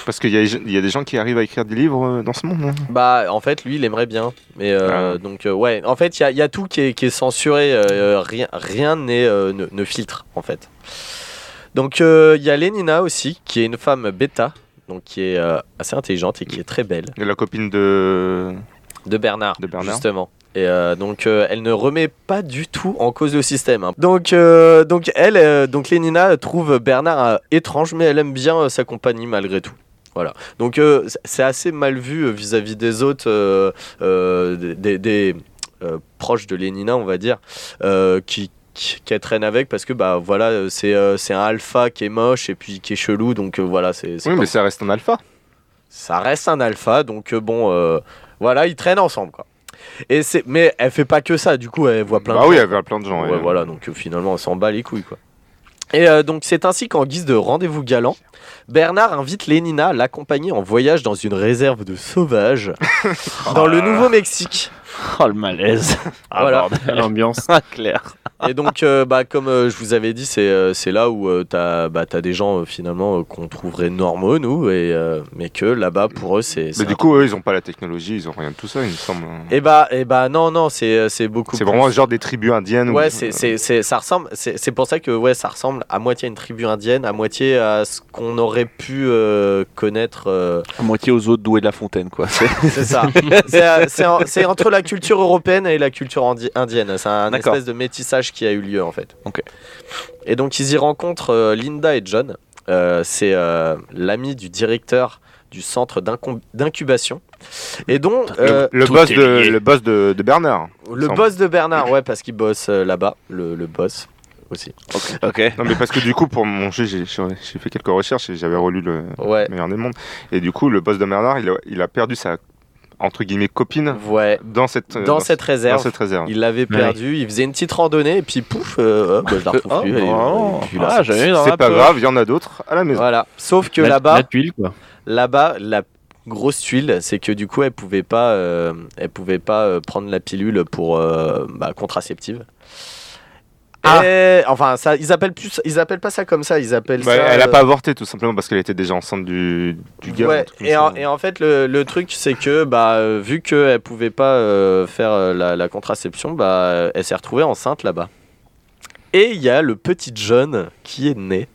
C: Parce qu'il y, a- il y a des gens qui arrivent à écrire des livres euh, dans ce monde. hein.
D: Bah, en fait, lui, il aimerait bien. Mais euh, donc, euh, ouais, en fait, il y a, il y a tout qui est, qui est censuré. euh, euh, rien rien n'est, euh, ne, ne filtre, en fait. Donc, euh, il y a Lénina aussi, qui est une femme bêta, donc qui est euh, assez intelligente et qui est très belle,
C: Il y a la copine de.
D: de Bernard,
C: De Bernard.
D: justement. Et euh, donc, euh, elle ne remet pas du tout en cause le système. hein. Donc, euh, donc, elle, euh, donc Lénina trouve Bernard euh, étrange, mais elle aime bien euh, sa compagnie malgré tout. Voilà. Donc, euh, c'est- c'est assez mal vu euh, vis-à-vis des autres. euh, euh, des, des- des, euh, proches de Lénina, on va dire, euh, qui qui- qu'elle traîne avec parce que bah voilà euh, c'est euh, c'est un alpha qui est moche et puis qui est chelou donc euh, voilà c'est c'est
C: Oui,
D: pas-
C: mais ça reste un alpha.
D: ça reste un alpha donc euh, bon euh, voilà ils traînent ensemble quoi et c'est mais elle fait pas que ça du coup elle voit plein
C: Bah
D: de
C: oui, il
D: gens.
C: y avait plein de gens.
D: Ouais,
C: ouais.
D: voilà donc euh, finalement on s'en bat les couilles quoi Et euh, donc c'est ainsi qu'en guise de rendez-vous galant, Bernard invite Lénina à l'accompagner en voyage dans une réserve de sauvages dans le Nouveau-Mexique.
B: Oh le malaise.
A: Ah,
D: Voilà.
A: bordel, l'ambiance.
B: Ah, clair.
D: Et donc, euh, bah, comme euh, je vous avais dit, c'est euh, c'est là où tu as, des gens euh, finalement euh, qu'on trouverait normaux, nous, et, euh, mais que là-bas, pour eux, c'est...
C: Mais
D: c'est
C: du
D: un-
C: coup, eux, ils ont pas la technologie, ils ont rien de tout ça, il me semble.
D: Eh bah, eh bah non, non, c'est euh, c'est beaucoup
C: C'est
D: plus-
C: vraiment genre des tribus indiennes. où-
D: Ouais, c'est, c'est, c'est- ça ressemble. C'est, c'est pour ça que ouais, ça ressemble à moitié à une tribu indienne, à moitié à ce qu'on aurait pu euh, connaître. euh,
B: À moitié aux autres doués de la fontaine, quoi. C'est-
D: c'est ça. c'est, euh, c'est en- c'est entre la culture européenne et la culture indi- indienne. C'est un
B: D'accord.
D: espèce de métissage qui a eu lieu en fait.
B: Ok.
D: Et donc ils y rencontrent euh, Linda et John. Euh, c'est euh, l'ami du directeur du centre d'incom- d'incubation et dont euh,
C: Le
B: Tout
C: boss,
B: est
C: de,
B: lié.
C: le boss de, de Bernard.
D: le
C: semble.
D: boss de Bernard, ouais, parce qu'il bosse euh, là-bas, le, le boss aussi.
B: Ok.
C: Non, mais parce que du coup, pour mon jeu, j'ai j'ai fait quelques recherches et j'avais relu le
D: Ouais.
C: meilleur des mondes. Et du coup, le boss de Bernard, il a, il a perdu sa entre guillemets copine
D: Ouais,
C: dans cette
D: dans, cette
C: dans
D: réserve.
C: cette réserve.
D: Il l'avait perdu, il faisait une petite randonnée et puis pouf, euh, hop, bah, je la retrouve
B: Oh,
D: plus. elle est-
B: oh.
D: elle est plus là.
B: Ah, j'avais mis dans
C: C'est
B: la
C: pas
B: poche.
C: grave, il y en a d'autres à la maison.
D: Voilà. Sauf que
A: La-
D: là-bas,
A: La tuile, quoi.
D: là-bas, la grosse tuile, c'est que du coup, elle pouvait pas, euh, elle pouvait pas euh, prendre la pilule pour euh, bah, contraceptive.
C: Ah.
D: Et- enfin, ça, ils appellent plus, ils appellent pas ça comme ça, ils appellent
C: Bah,
D: ça.
C: elle a
D: euh,
C: pas avorté tout simplement parce qu'elle était déjà enceinte du, du gars.
D: Ouais,
C: un truc comme
D: et,
C: ça.
D: en, et en fait, le, le truc, c'est que bah, euh, vu qu'elle pouvait pas euh, faire euh, la, la contraception, bah, euh, elle s'est retrouvée enceinte là-bas. Et il y a le petit John qui est né.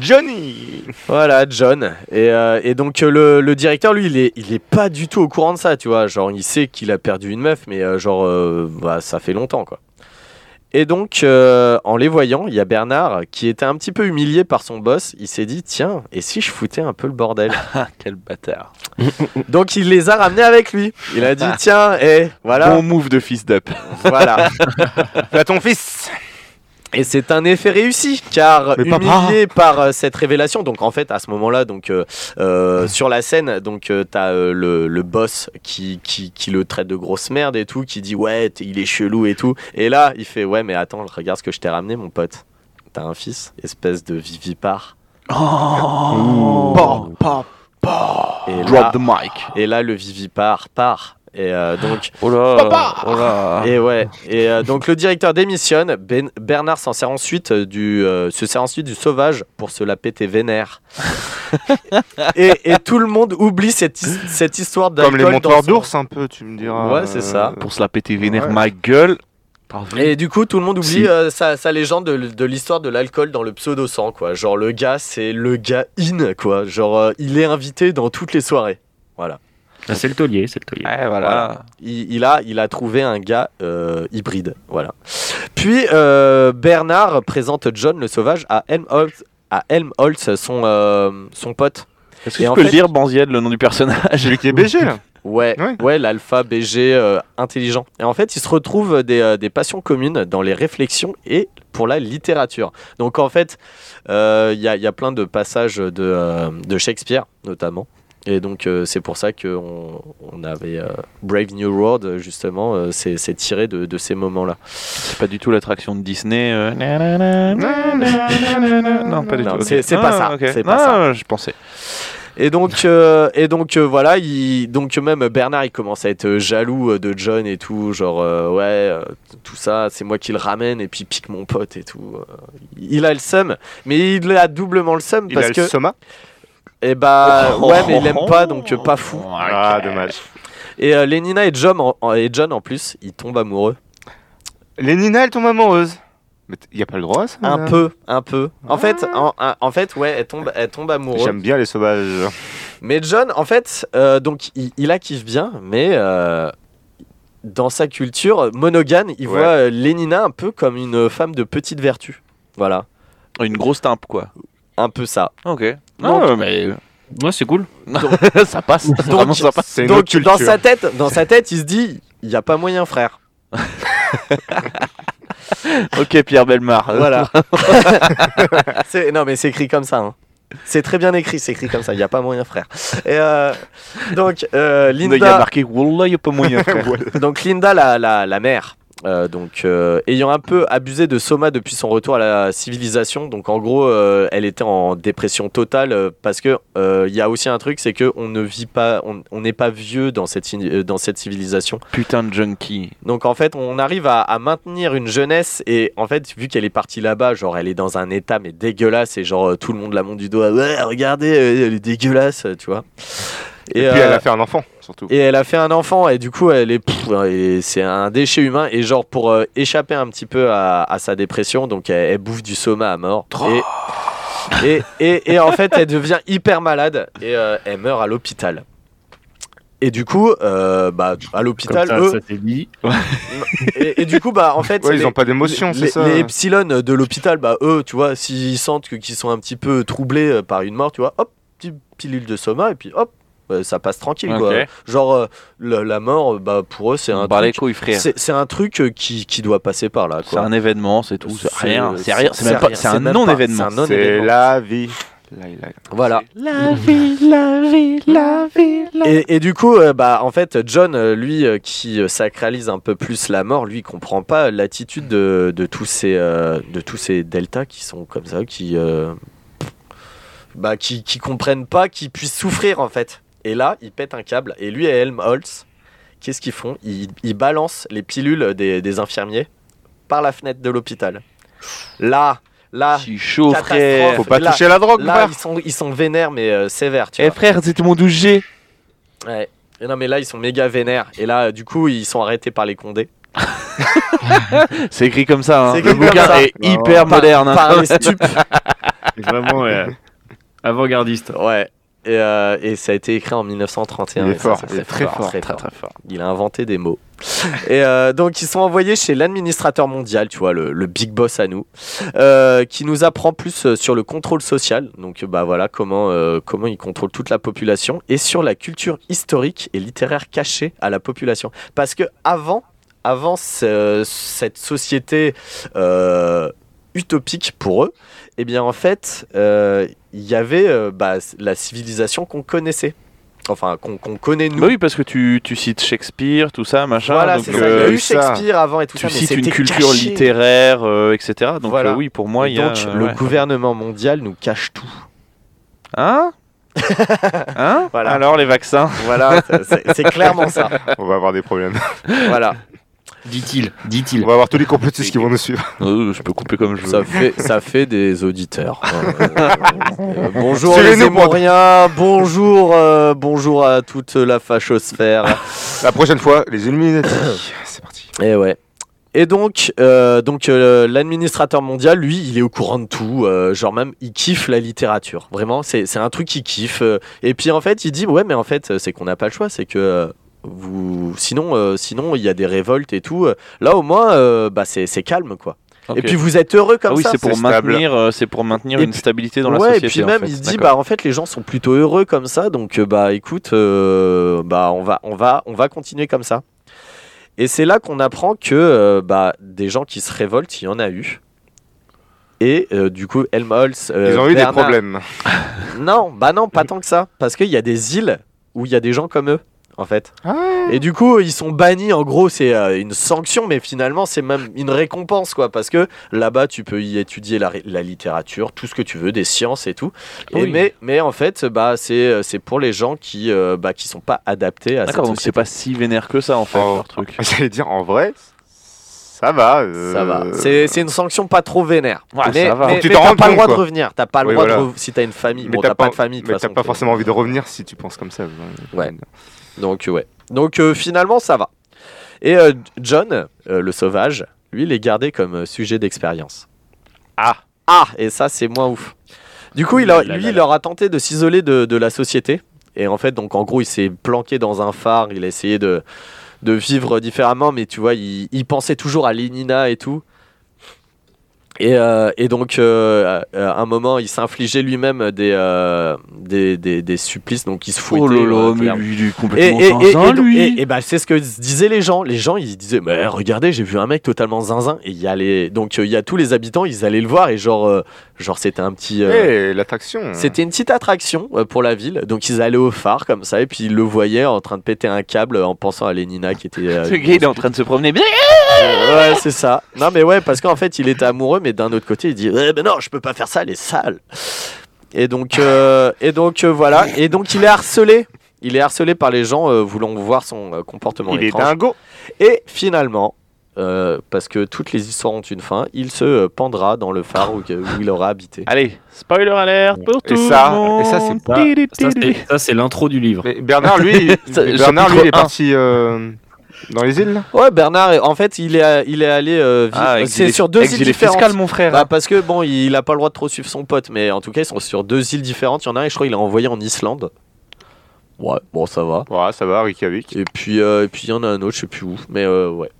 C: Johnny
D: Voilà, John. Et, euh, et donc, euh, le, le directeur, lui, il est, il est pas du tout au courant de ça, tu vois. Genre, il sait qu'il a perdu une meuf, mais euh, genre, euh, bah, ça fait longtemps, quoi. Et donc, euh, en les voyant, il y a Bernard qui était un petit peu humilié par son boss. Il s'est dit, tiens, et si je foutais un peu le bordel
B: Ah, quel bâtard.
D: Donc il les a ramenés avec lui. Il a dit
C: Ah.
D: tiens, et voilà,
B: Bon move de fils d'up.
D: voilà.
C: Fais ton fils
D: Et c'est un effet réussi car
C: Mais papa.
D: humilié par euh, cette révélation. Donc en fait à ce moment-là, donc euh, euh, sur la scène, donc euh, t'as euh, le, le boss qui, qui qui le traite de grosse merde et tout, qui dit ouais t'es- il est chelou et tout. Et là il fait ouais mais attends regarde ce que je t'ai ramené mon pote. T'as un fils, espèce de vivipare.
B: Oh.
C: Oh.
D: Et là,
B: Drop the mic.
D: et là le vivipare part. Et euh, donc
B: Oh là. Papa oh là.
D: Et ouais. Et euh, donc le directeur démissionne. Ben- Bernard s'en sert ensuite euh, du euh, se sert ensuite du sauvage pour se la péter vénère. et, et tout le monde oublie cette, his- cette histoire
C: Comme
D: d'alcool.
C: les
D: dans
C: monteurs
D: son-
C: d'ours un peu, tu me diras. euh,
D: Ouais, c'est ça.
B: Pour se la péter vénère
C: Ouais.
B: ma gueule. Pardon.
D: Et du coup, tout le monde oublie
A: Si.
D: euh, sa, sa légende de, de l'histoire de l'alcool dans le pseudo sang quoi. Genre le gars, c'est le gars in quoi. Genre euh, il est invité dans toutes les soirées.
A: Ah, c'est le taulier, c'est le taulier.
B: Ouais, voilà.
D: Il, il a, il a trouvé un gars euh, hybride. Voilà. Puis euh, Bernard présente John le sauvage à Helmholtz, à Helmholtz, son, euh, son pote.
B: Est-ce
D: Et
B: que tu
D: en
B: peux
D: fait-
B: le dire, Banziel, le nom du personnage
C: Celui qui est BG là.
D: Ouais, ouais,
C: Ouais.
D: l'alpha BG euh, intelligent. Et en fait, ils se retrouvent des, euh, des passions communes dans les réflexions et pour la littérature. Donc en fait, euh, il y, a, il y a plein de passages de, euh, de Shakespeare, notamment. Et donc euh, c'est pour ça qu'on on avait euh, Brave New World, justement, euh, c'est c'est tiré de, de ces moments-là.
B: C'est pas du tout l'attraction de Disney. euh, nanana, nanana. Non, pas du
D: Non,
B: tout.
D: c'est-
B: ok.
D: c'est pas ça,
B: ok.
D: c'est pas
B: Ah, Je pensais.
D: Et donc, euh, et donc euh, voilà, il, donc même Bernard, il commence à être jaloux euh, de John et tout, genre euh, ouais, euh, tout ça, c'est moi qui le ramène et puis pique mon pote et tout. Euh, Il a le seum, mais il a doublement le seum
C: Il
D: parce
C: a
D: que,
C: le soma.
D: eh bah ouais, mais il aime pas, donc euh, pas fou.
C: Ah, dommage.
D: Et euh, Lenina et John, en, en- et John en plus, ils tombent amoureux.
C: Lénina, elle tombe amoureuse. Mais t- y a pas le droit à ça
D: Un
C: madame
D: peu, un peu. En fait, en, en fait, ouais, elle tombe, elle tombe amoureuse.
C: J'aime bien les sauvages.
D: Mais John, en fait, euh, donc il, il la kiffe bien, mais euh, dans sa culture monogane, il
C: Ouais.
D: voit euh, Lénina un peu comme une femme de petite vertu. Voilà,
B: Une grosse timpe, quoi.
D: un peu ça.
B: Ok.
D: Non,
B: Non, mais euh,
A: Moi, c'est cool.
B: ça passe. C'est vraiment
D: Donc-
B: sympa.
C: C'est une autre
D: donc
C: culture.
D: dans sa tête, dans sa tête, il se dit, il n'y a pas moyen, frère.
B: Ok, Pierre Belmar.
C: Ah.
D: Voilà. C'est- non, mais c'est écrit comme ça. hein. C'est très bien écrit, c'est écrit comme ça. Il n'y a pas moyen, frère. Et euh, donc euh,
B: Il y a
D: Linda,
B: marqué Wallah, il n'y a pas moyen. frère.
D: donc Linda, la, la, la mère Euh, donc, euh, ayant un peu abusé de Soma depuis son retour à la civilisation, donc en gros, euh, elle était en dépression totale euh, parce que euh, il y a aussi un truc, c'est que on ne vit pas, on on n'est pas vieux dans cette ci- euh, dans cette civilisation.
B: Putain de junkie.
D: Donc en fait, on arrive à, à maintenir une jeunesse et en fait, vu qu'elle est partie là-bas, genre elle est dans un état mais dégueulasse et genre euh, tout le monde la monte du doigt. Ouais, regardez, euh, elle est dégueulasse, tu vois.
C: Et, puis
D: euh,
C: elle a fait un enfant, surtout.
D: et elle a fait un enfant et du coup elle est pff, et c'est un déchet humain et genre pour euh, échapper un petit peu à, à sa dépression donc elle, elle bouffe du soma à mort et, et, et- et en fait elle devient hyper malade et euh, elle meurt à l'hôpital et du coup euh, bah, à
A: Comme
D: l'hôpital
A: ça,
D: eux
A: ça t'est dit.
D: et, et du coup bah en fait
C: Ouais,
D: les-
C: ils ont pas d'émotion, c'est
D: les,
C: ça
D: les epsilon de l'hôpital, bah eux, tu vois, s'ils sentent que- qu'ils sont un petit peu troublés euh, par une mort, tu vois, hop, petite pilule de soma et puis hop, euh, ça passe tranquille
B: Ok.
D: quoi. Genre euh, la, la mort, euh, bah pour eux, c'est un
B: Par les
D: truc,
B: couilles, frère.
D: c'est, c'est un truc euh, qui, qui doit passer par là
B: C'est
D: quoi.
B: un événement, c'est tout. C'est
D: C'est-
B: rien. C'est rien. C'est
D: c'est
B: même pas.
D: rien,
B: C'est
D: c'est
B: un
D: même pas-
B: non-événement.
D: c'est un non-
C: C'est
D: élément.
C: la vie. Là, il a-
D: Voilà. Et, et du coup, euh, bah, en fait, John, euh, lui, euh, qui euh, sacralise un peu plus la mort, lui, il comprend pas l'attitude de, de tous ces, euh, de tous ces deltas qui sont comme ça, qui, euh, bah, qui, qui comprennent pas, qui puissent souffrir en fait. Et là, il pète un câble. Et lui et Helmholtz, qu'est-ce qu'ils font ils, ils balancent les pilules des, des infirmiers par la fenêtre de l'hôpital. Là, là,
B: Si chaud,
D: Catastrophe.
B: frère.
C: Faut pas
D: Là-
C: toucher la drogue,
D: là,
C: Bart.
D: ils sont, ils sont vénères mais euh, sévères, tu
B: Eh
D: vois.
B: frère, c'est tout mon 12G.
D: Ouais. Et non, mais là, ils sont méga vénères. Et là, du coup, ils sont arrêtés par les condés.
B: C'est écrit comme ça. Hein.
D: C'est
B: Le
D: écrit comme
B: bouquin
D: ça.
B: est
A: Non.
B: hyper moderne. hein.
D: Par les stupes.
A: Vraiment euh, avant-gardiste.
D: ouais. Et, euh, et ça a été écrit en 1931.
C: Il est
D: Et ça,
C: fort,
D: ça,
C: il est
D: c'est
C: très fort,
D: très fort. Il a inventé des mots. Et euh, donc, ils sont envoyés chez l'administrateur mondial, tu vois, le, le big boss à nous, euh, qui nous apprend plus euh, sur le contrôle social. Donc, bah voilà, comment, euh, comment il contrôle toute la population et sur la culture historique et littéraire cachée à la population. Parce que avant, avant ce- cette société euh, utopique pour eux, eh bien, en fait, euh, il y avait euh, bah, la civilisation qu'on connaissait. Enfin, qu'on qu'on connaît nous.
B: Bah oui, parce que tu, tu cites Shakespeare, tout ça, machin.
D: Mm. Voilà,
B: donc,
D: c'est ça. Il y
B: euh,
D: a
C: euh,
D: eu
C: ça.
D: Shakespeare avant et tout
B: tu
D: ça. mais
B: cites une
D: c'était
B: culture
D: caché.
B: littéraire, euh, etc. Donc
D: Voilà.
B: euh, oui, pour moi, il y a.
D: Donc,
B: euh,
D: le
B: ouais.
D: gouvernement mondial nous cache tout.
B: Hein Hein
D: Voilà.
B: Alors les vaccins
D: Voilà, c'est- c'est c'est clairement ça.
C: On va avoir des problèmes.
D: Voilà.
A: Dit-il, dit-il.
C: On va avoir tous les complotistes qui vont nous suivre.
B: Euh, Je peux couper comme je veux.
D: Ça fait, ça fait des auditeurs. Euh, euh, bonjour les
C: Suivez-nous, pour-
D: Émouriens, bonjour, euh, bonjour à toute la fachosphère.
C: La prochaine fois, les Illuminati. C'est parti.
D: Et Eh ouais. Et donc, euh, donc euh, l'administrateur mondial, lui, il est au courant de tout. euh, genre même, il kiffe la littérature. Vraiment, c'est c'est un truc qu'il kiffe. euh. et puis en fait, il dit ouais, mais en fait, euh, c'est qu'on n'a pas le choix. C'est que euh, vous, sinon, euh, sinon, il y a des révoltes et tout. euh. Là, au moins, euh, bah c'est c'est calme quoi.
B: Ok.
D: Et puis vous êtes heureux
B: Ah
D: comme
B: oui,
D: ça.
B: c'est pour
C: c'est stable.
B: maintenir, euh, c'est pour maintenir
D: Et
B: une
D: puis-
B: stabilité dans
D: ouais,
B: la société.
D: et puis
B: en
D: même
B: fait.
D: il dit
B: D'accord.
D: bah en fait les gens sont plutôt heureux comme ça donc euh, bah écoute euh, bah on va on va on va continuer comme ça. Et c'est là qu'on apprend que euh, bah des gens qui se révoltent, il y en a eu. Et euh, du coup, Helmholtz. euh,
C: Ils ont eu des
D: Bernard-
C: problèmes.
D: Non, bah non, pas tant que ça. Parce qu'il y a des îles où il y a des gens comme eux, en fait. Et du coup, ils sont bannis. En gros, c'est euh, une sanction, mais finalement, c'est même une récompense, quoi. Parce que là-bas, tu peux y étudier la, ré- la littérature, tout ce que tu veux, des sciences et tout. Et
B: Oui.
D: mais, mais en fait, bah, c'est euh, c'est pour les gens qui euh, bah, qui sont pas adaptés à cette
B: D'accord, donc c'est
D: société.
B: pas si vénère que ça en fait
C: Oh.
B: leur truc.
C: J'allais dire, en vrai, ça va. euh,
D: Ça va. C'est c'est une sanction pas trop vénère.
B: Ouais,
D: mais
B: ça va.
D: mais-
C: Donc tu
D: mais
C: t'en
D: t'as
C: rends
D: pas le
C: compte,
D: droit de
C: quoi.
D: revenir. T'as pas le
C: Oui,
D: droit de
C: voilà.
D: revenir si t'as une famille.
C: Mais
D: bon,
C: t'as
D: t'as
C: pas-
D: pas de famille. de
C: Mais
D: toute
C: t'as
D: façon,
C: pas
D: t'es-
C: forcément envie de revenir si tu penses comme ça.
D: Ouais. Donc ouais. Donc euh, finalement ça va. Et euh, John, euh, le sauvage, lui il est gardé comme euh, sujet d'expérience.
B: Ah.
D: Ah et ça c'est moins ouf. Du coup il a-
A: Là, là,
D: lui
A: là.
D: il aura tenté de s'isoler de, de la société. Et en fait donc en gros il s'est planqué dans un phare, il a essayé de, de vivre différemment mais tu vois il, il pensait toujours à Lénina et tout. Et, euh, et donc, euh, euh, à un moment, il s'infligeait lui-même des, euh, des, des, des supplices, donc il se fouettait.
B: Oh
D: euh,
B: lolo, mais
D: clairement.
B: lui, il est
D: Et,
B: complètement
D: et, et,
B: zinzin,
D: et donc-
B: lui.
D: et- et bah, c'est ce que se disaient les gens. Les gens, ils disaient, mais regardez, j'ai vu un mec totalement zinzin. Et il y a les, donc euh, il y a tous les habitants, ils allaient le voir et genre, euh, genre c'était un petit.
C: Eh,
D: euh,
C: l'attraction.
D: C'était une petite attraction euh, pour la ville, donc ils allaient au phare comme ça et puis ils le voyaient en train de péter un câble euh, en pensant à Lénina qui était. euh,
B: Ce gars, il est en train de se promener.
D: euh, ouais, c'est ça. Non, mais ouais, parce qu'en fait, il était amoureux, mais d'un autre côté, il dit Eh ben non, je peux pas faire ça, elle est sale. Et donc, euh, et donc euh, voilà. Et donc, il est harcelé. Il est harcelé par les gens euh, voulant voir son euh, comportement
C: Il est
D: étrange.
C: dingo.
D: Et finalement, euh, parce que toutes les histoires ont une fin, il se euh, pendra dans le phare où, où il aura habité.
B: Allez, spoiler alert pour
C: Et
B: tout
C: ça-
B: le monde.
C: et ça, c'est
A: pas- Ça, c'est- ça, c'est l'intro du livre.
C: Mais Bernard, lui,
B: Ça,
C: Bernard, lui, il
B: chapitre
C: est
B: un.
C: parti euh, dans les îles.
D: Ouais, Bernard, en fait, il est, il est allé euh, vivre.
B: Ah, exilé-
D: c'est sur deux îles
B: exilé
D: différentes.
B: fiscal, mon frère.
D: Bah, parce que bon, il a pas le droit de trop suivre son pote, mais en tout cas, ils sont sur deux îles différentes. Il y en a un, et je crois, il est envoyé en Islande. Ouais, bon, ça va.
C: Ouais, ça va, Reykjavik.
D: Et puis, euh, et puis il y en a un autre, je sais plus où, mais euh, ouais.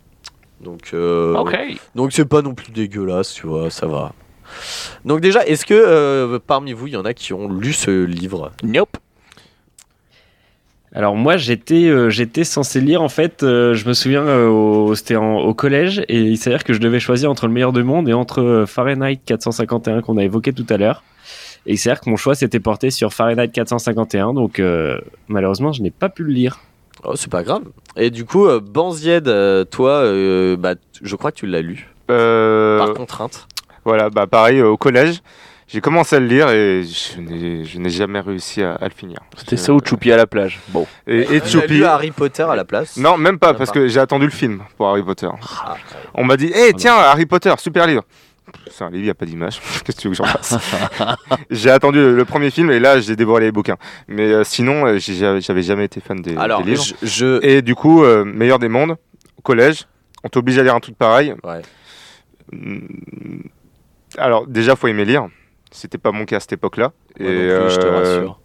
D: Donc, euh,
B: Ok.
D: donc c'est pas non plus dégueulasse, tu vois, ça va. Donc déjà, est-ce que euh, parmi vous, il y en a qui ont lu ce livre
B: Nope.
A: Alors moi j'étais euh, j'étais censé lire en fait euh, je me souviens euh, au- c'était en- au collège et il s'avère que je devais choisir entre le meilleur du monde et entre euh, Fahrenheit 451 qu'on a évoqué tout à l'heure et il s'avère que mon choix s'était porté sur Fahrenheit 451 donc euh, malheureusement je n'ai pas pu le lire.
D: Oh, c'est pas grave. Et du coup, euh, Banzied, euh, toi, euh, bah, t- je crois que tu l'as lu,
C: Euh,
D: par contrainte.
C: Voilà, bah pareil, euh, au collège, j'ai commencé à le lire et je n'ai je n'ai jamais réussi à, à le finir. Euh,
B: C'était ça ou Choupi à la plage. Bon.
C: Et, et
D: Tu as
C: Tchoupi-
D: Ah, lu Harry Potter à la place
C: Non, même pas,
D: Même
C: parce
D: pas.
C: que j'ai attendu le film pour Harry Potter.
D: Ah,
C: On m'a dit, hé, tiens, Harry Potter, super livre. C'est un livre, il n'y a pas d'image. Qu'est-ce que tu veux que j'en fasse J'ai attendu le le premier film et là, j'ai dévoré les bouquins. Mais euh, sinon, euh, j'ai- j'avais j'avais jamais été fan des,
D: Alors,
C: des livres.
D: je, je-
C: Et du coup, euh, meilleur des mondes, au collège, on t'oblige à lire un truc pareil.
D: Ouais.
C: Mm. Alors, déjà, faut aimer lire. C'était pas mon cas à cette époque-là.
D: Moi non plus, je te
C: euh,
D: rassure.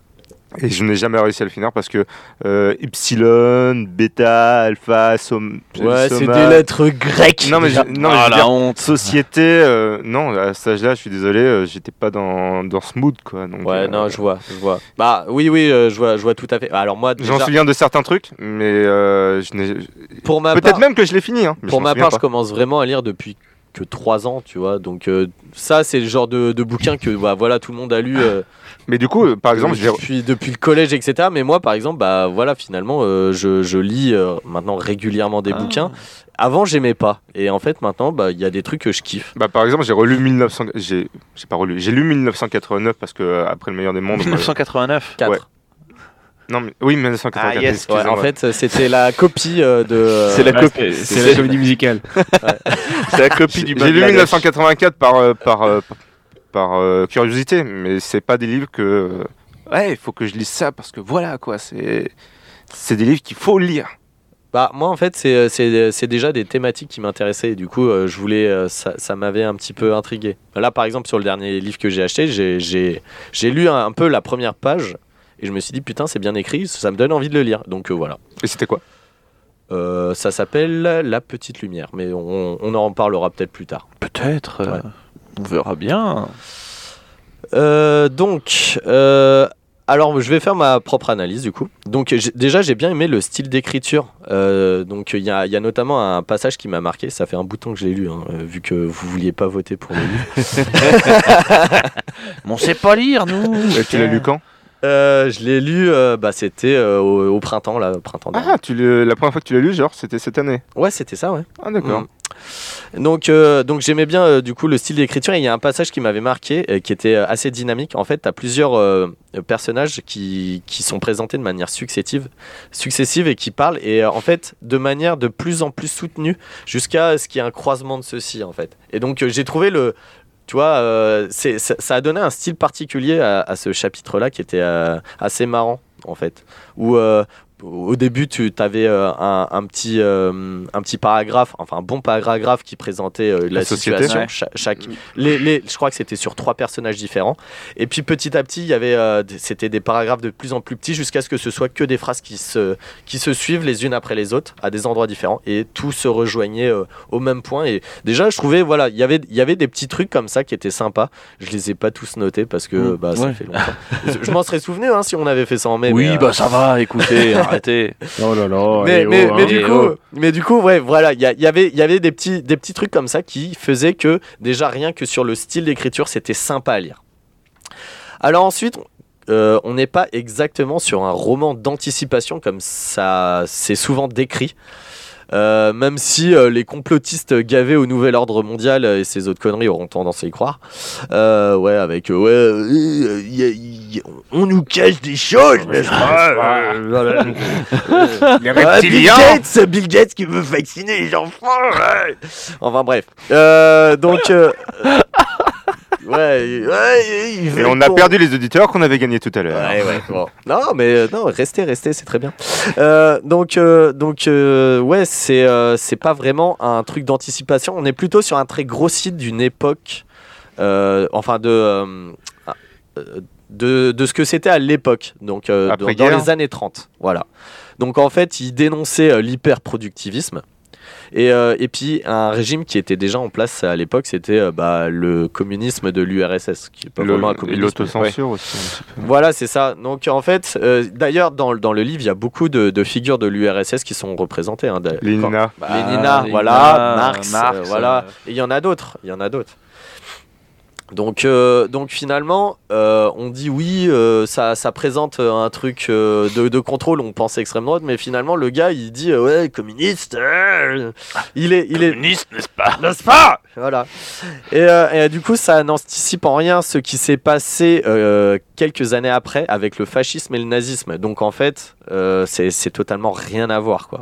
C: et je n'ai jamais réussi à le finir parce que euh, epsilon, bêta, alpha, somme.
D: Ouais, c'est des
C: soma-
D: lettres grecques.
C: Non, mais je, non, mais je
B: ah
C: veux
B: la
C: dire,
B: honte.
C: société, euh, non, à cet âge-là, je suis désolé, euh, j'étais pas dans, dans ce mood, quoi. Donc,
D: Ouais,
C: euh,
D: non, je vois, je vois. Bah oui, oui, euh, je vois, je vois tout à fait. Alors moi, déjà,
C: J'en souviens de certains trucs, mais euh, je n'ai-
D: pour ma part,
C: peut-être même que je l'ai fini. Hein, mais
D: pour
C: je m'en
D: ma
C: souviens
D: part,
C: pas.
D: je commence vraiment à lire depuis que 3 ans, tu vois. Donc euh, ça, c'est le genre de, de bouquin que bah, voilà, tout le monde a lu euh,
C: Mais du coup, euh, par exemple, je l'ai-
D: depuis, depuis le collège, etc. Mais moi, par exemple, bah voilà, finalement, euh, je, je lis euh, maintenant régulièrement des bouquins. Avant, j'aimais pas. Et en fait, maintenant, bah, il y a des trucs que je kiffe.
C: Bah, par exemple, j'ai relu 1900. J'ai j'ai pas relu. J'ai lu 1989 parce que euh, après le meilleur des mondes. on m'a-
B: 1989.
D: 4.
C: Ouais. Non, mais oui, 1989.
B: Ah, yes,
C: excusez-moi.
D: en fait, euh, c'était la copie euh, de. euh,
B: C'est la
A: Là,
B: copie.
A: c'est- c'est la comédie musicale.
B: C'est la copie
C: J'ai
B: du
C: j'ai lu
B: Bangladesh.
C: 1984 par, euh, par, euh, par euh, curiosité, mais c'est pas des livres que. euh, ouais, il faut que je lise ça parce que voilà quoi, c'est. C'est des livres qu'il faut lire.
D: Bah, moi, en fait, c'est- euh, c'est c'est déjà des thématiques qui m'intéressaient. et Du coup, euh, je voulais, euh, ça, ça m'avait un petit peu intrigué. Là, par exemple, sur le dernier livre que j'ai acheté, j'ai- j'ai j'ai lu un, un peu la première page et je me suis dit, putain, c'est bien écrit, ça me donne envie de le lire. Donc euh, voilà.
C: Et c'était quoi
D: Euh, ça s'appelle La Petite Lumière, mais on, on en parlera peut-être plus tard.
B: Peut-être. euh,
D: Ouais.
B: On verra bien.
D: Euh, donc, euh, alors je vais faire ma propre analyse du coup. Donc j'ai- déjà j'ai bien aimé le style d'écriture. Euh, donc il y a, il y a notamment un passage qui m'a marqué. Ça fait un bout de temps que je l'ai lu, hein, euh, vu que vous vouliez pas voter pour le livre.
B: Mais on sait pas lire, nous.
C: Et Tu l'as lu quand
D: Euh, je l'ai lu, euh, bah c'était euh, au, au printemps là, au printemps. dernier.
C: Ah, tu l'as- la première fois que tu l'as lu, genre, c'était cette année.
D: Ouais, c'était ça, ouais.
C: Ah, d'accord.
D: Mm. Donc, euh, donc j'aimais bien euh, du coup le style d'écriture. Et Il y a un passage qui m'avait marqué, euh, qui était euh, assez dynamique. En fait, tu as plusieurs euh, personnages qui, qui sont présentés de manière successive, successive et qui parlent et euh, en fait de manière de plus en plus soutenue jusqu'à ce qu'il y ait un croisement de ceci en fait. Et donc euh, j'ai trouvé le, tu vois, euh, c'est- ça, ça a donné un style particulier à, à ce chapitre-là qui était euh, assez marrant en fait. Où euh, au début, tu avais euh, un, un petit, euh, un petit paragraphe, enfin un bon paragraphe qui présentait euh, la,
C: La société.
D: situation.
B: Ouais.
D: cha- chaque, les, les- je crois que c'était sur trois personnages différents. Et puis petit à petit, il y avait, euh, des- c'était des paragraphes de plus en plus petits jusqu'à ce que ce soit que des phrases qui se, qui se suivent les unes après les autres à des endroits différents et tout se rejoignait euh, au même point. Et déjà, je trouvais, voilà, il y avait- il y avait des petits trucs comme ça qui étaient sympas. Je les ai pas tous notés parce que
B: Mm,
D: bah, ça
B: ouais.
D: fait longtemps. je m'en serais souvenu hein, si on avait fait ça en mai.
B: oui,
D: mais, euh,
B: bah ça va, écoutez, arrêtez.
A: Oh là là.
D: mais,
A: eh oh,
D: mais,
A: hein.
D: mais du
B: eh
D: coup,
B: oh.
D: mais du coup, ouais, voilà, il y, a- il y avait, il y avait des petits, des petits trucs comme ça qui faisaient que déjà rien que sur le style d'écriture, c'était sympa à lire. Alors ensuite, euh, on n'est pas exactement sur un roman d'anticipation comme ça, c'est souvent décrit. Euh, même si euh, les complotistes gavés au nouvel ordre mondial euh, et ces autres conneries auront tendance à y croire, Euh, ouais, avec euh, ouais, euh, y a- y a- on nous cache des choses, n'est-ce pas Voilà.
C: Les
D: Ah, Bill
C: reptiliens
D: Gates, Bill Gates qui veut vacciner les enfants. ouais. Enfin bref. Euh, donc. euh, ouais, ouais, il veut
C: Et on a
D: qu'on-
C: perdu les auditeurs qu'on avait gagnés tout à l'heure.
D: Ouais, ouais, bon. Non, mais euh, non, restez, restez, c'est très bien. Euh, donc, euh, donc euh, ouais, c'est euh, c'est pas vraiment un truc d'anticipation. On est plutôt sur un trait grossi d'une époque, euh, enfin de, euh, euh, de, de ce que c'était à l'époque, donc euh, dans,
C: Après
D: dans
C: guerre.
D: les années 30. Voilà. Donc en fait, il dénonçait euh, l'hyperproductivisme. Et, euh, et puis un régime qui était déjà en place à l'époque, c'était euh, bah, le communisme de l'URSS, qui est pas
C: Le-
D: vraiment un
C: et
D: communisme. Ouais.
C: L'autocensure aussi. un petit peu.
D: Voilà, c'est ça. Donc en fait, euh, d'ailleurs, dans, le- dans le livre, il y a beaucoup de, de figures de l'URSS qui sont représentées. hein, d'ailleurs.
C: Lina.
B: Bah,
D: Lénina,
B: Lénina,
D: voilà, Marx, euh, voilà.
B: euh,
D: Et il y en a d'autres, il y en a d'autres. Donc, euh, donc finalement, euh, on dit oui, euh, ça, ça présente euh, un truc euh, de, de contrôle, on pense extrême droite, mais finalement, le gars, il dit euh, ouais, communiste, euh, il est, il est,
B: Communiste, n'est-ce pas
D: n'est-ce pas Voilà. Et, euh, et, euh, du coup, ça n'anticipe en rien ce qui s'est passé euh, quelques années après avec le fascisme et le nazisme. Donc en fait, euh, c'est c'est totalement rien à voir, quoi.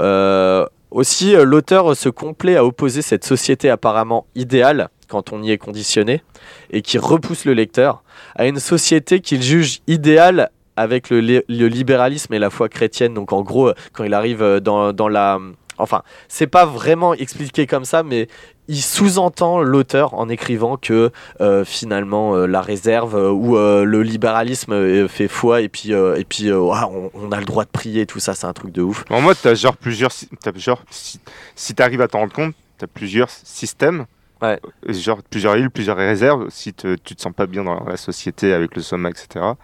D: Euh, aussi, euh, l'auteur se complaît à opposer cette société apparemment idéale quand on y est conditionné et qui repousse le lecteur à une société qu'il juge idéale avec le, li- le libéralisme et la foi chrétienne. Donc en gros, euh, quand il arrive euh, dans, dans la... Enfin, c'est pas vraiment expliqué comme ça, mais il sous-entend l'auteur en écrivant que euh, finalement euh, la réserve euh, ou euh, le libéralisme euh, fait foi et puis, euh, et puis euh, ouah, on, on a le droit de prier et tout ça, c'est un truc de ouf.
C: En mode, t'as genre plusieurs. sy- t'as genre, si si t'arrives à t'en rendre compte, t'as plusieurs systèmes.
D: Ouais.
C: Euh, Genre plusieurs îles, plusieurs réserves. Si te- tu te sens pas bien dans la société avec le sommet, etc., bah,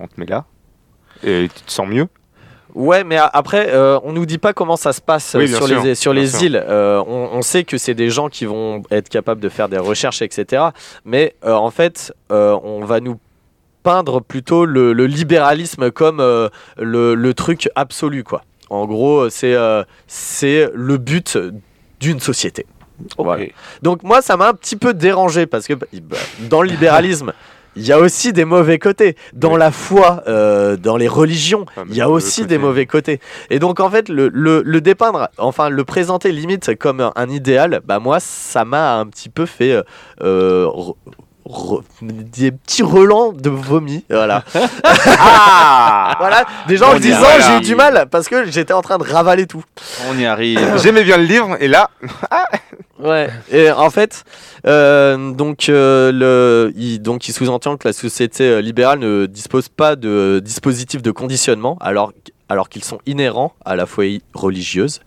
C: on te met là. Et tu te sens mieux.
D: Ouais, mais a- après, euh, on nous dit pas comment ça se passe euh,
C: Oui, bien
D: sur,
C: sûr,
D: les, sur
C: bien
D: les
C: sûr.
D: îles. Euh, on, on sait que c'est des gens qui vont être capables de faire des recherches, etc. Mais euh, en fait, euh, on va nous peindre plutôt le, le libéralisme comme euh, le, le truc absolu, quoi. En gros, c'est euh, c'est le but d'une société. Voilà. Donc moi, ça m'a un petit peu dérangé parce que bah, dans le libéralisme, il y a aussi des mauvais côtés. Dans
C: Oui.
D: la foi, euh, dans les religions,
C: Ah, mais
D: il y a
C: le
D: aussi
C: côté-
D: des mauvais côtés. Et donc en fait, le, le- le dépeindre, enfin le présenter limite comme un, un idéal, bah moi, ça m'a un petit peu fait euh, euh, re- re- des petits relents de vomi. Voilà.
B: Ah
D: voilà. Déjà en
B: On
D: le
B: y
D: disant,
B: arrive.
D: j'ai eu du mal parce que j'étais en train de ravaler tout.
B: On y arrive.
C: J'aimais bien le livre, et là,
D: Ouais. Et en fait, euh, donc, euh, le, il, donc il sous-entend que la société euh, libérale ne dispose pas de euh, dispositifs de conditionnement, alors, qu- alors qu'ils sont inhérents à la foi i- religieuse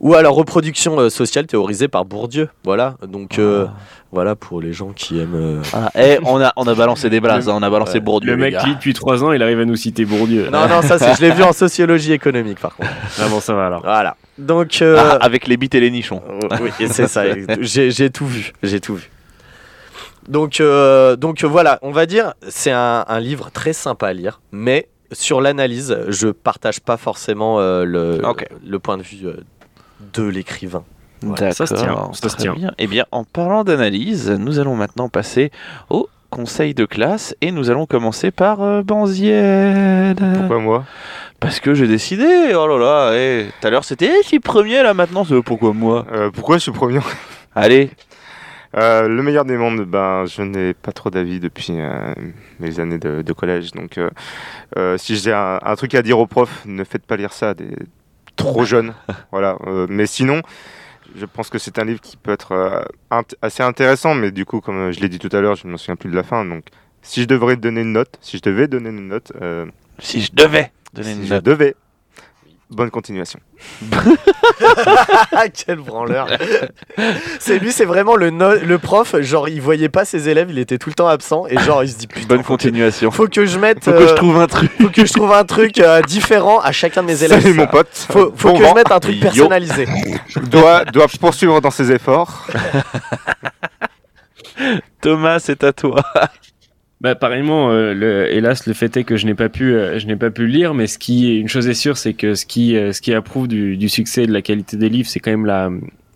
D: ou à la reproduction euh, sociale théorisée par Bourdieu. Voilà. Donc euh, voilà pour les gens qui aiment. euh,
B: Voilà. Eh, on a, on a balancé des blazes, hein, on a balancé
D: Ouais.
B: Bourdieu.
A: Le
B: les
A: mec
B: gars.
A: qui lit depuis 3 ans, il arrive à nous citer Bourdieu.
D: Non, non, ça, c'est, je l'ai vu en sociologie économique, par contre.
A: Ah bon, ça va alors.
D: Voilà. Donc. euh,
B: Ah, avec les bites et les nichons.
D: Euh, oui, et c'est ça. J'ai j'ai tout vu. J'ai tout vu. Donc, euh, donc euh, voilà, on va dire, c'est un, un livre très sympa à lire, mais sur l'analyse, je partage pas forcément euh, le,
B: Ok.
D: le point de vue euh, de l'écrivain.
A: Voilà, ça se tient,
B: D'accord,
A: ça se
B: très
A: tient.
B: bien. Eh bien, en parlant d'analyse, nous allons maintenant passer au conseil de classe et nous allons commencer par euh, Banzied.
C: pourquoi moi
B: Parce que j'ai décidé, oh là là, eh, tout à l'heure c'était eh, je suis premier là maintenant, c'est pourquoi moi
C: Euh, Pourquoi je suis premier
B: Allez,
C: Euh, le meilleur des mondes, ben, je n'ai pas trop d'avis depuis euh, mes années de, de collège. Donc, euh, euh, si j'ai un, un truc à dire aux profs, ne faites pas lire ça à des trop jeunes. voilà. Euh, mais sinon, je pense que c'est un livre qui peut être euh, int- assez intéressant. Mais du coup, comme euh, je l'ai dit tout à l'heure, je ne me souviens plus de la fin. Donc, si je devrais donner une note, si je devais donner une note, euh,
B: Si je devais donner
C: si
B: une
C: je
B: note.
C: devais. Bonne continuation.
D: Ah, quel branleur C'est lui, c'est vraiment le, no- le prof, genre il voyait pas ses élèves, il était tout le temps absent et genre il se dit putain.
B: Bonne
D: faut que-
B: continuation.
D: Faut que je mette
B: Faut que je
D: euh,
B: trouve un truc.
D: faut que je trouve un truc euh, différent à chacun de mes élèves.
C: Salut mon pote.
D: Faut, faut
C: Bon
D: que je
C: vent.
D: mette un truc
B: Yo.
D: personnalisé.
C: doit, doit poursuivre dans ses efforts.
B: Thomas, c'est à toi.
A: Bah, pareillement, euh, le- hélas, le fait est que je n'ai pas pu, euh, je n'ai pas pu lire, mais ce qui, une chose est sûre, c'est que ce qui, euh, ce qui approuve du, du succès et de la qualité des livres, c'est quand même la,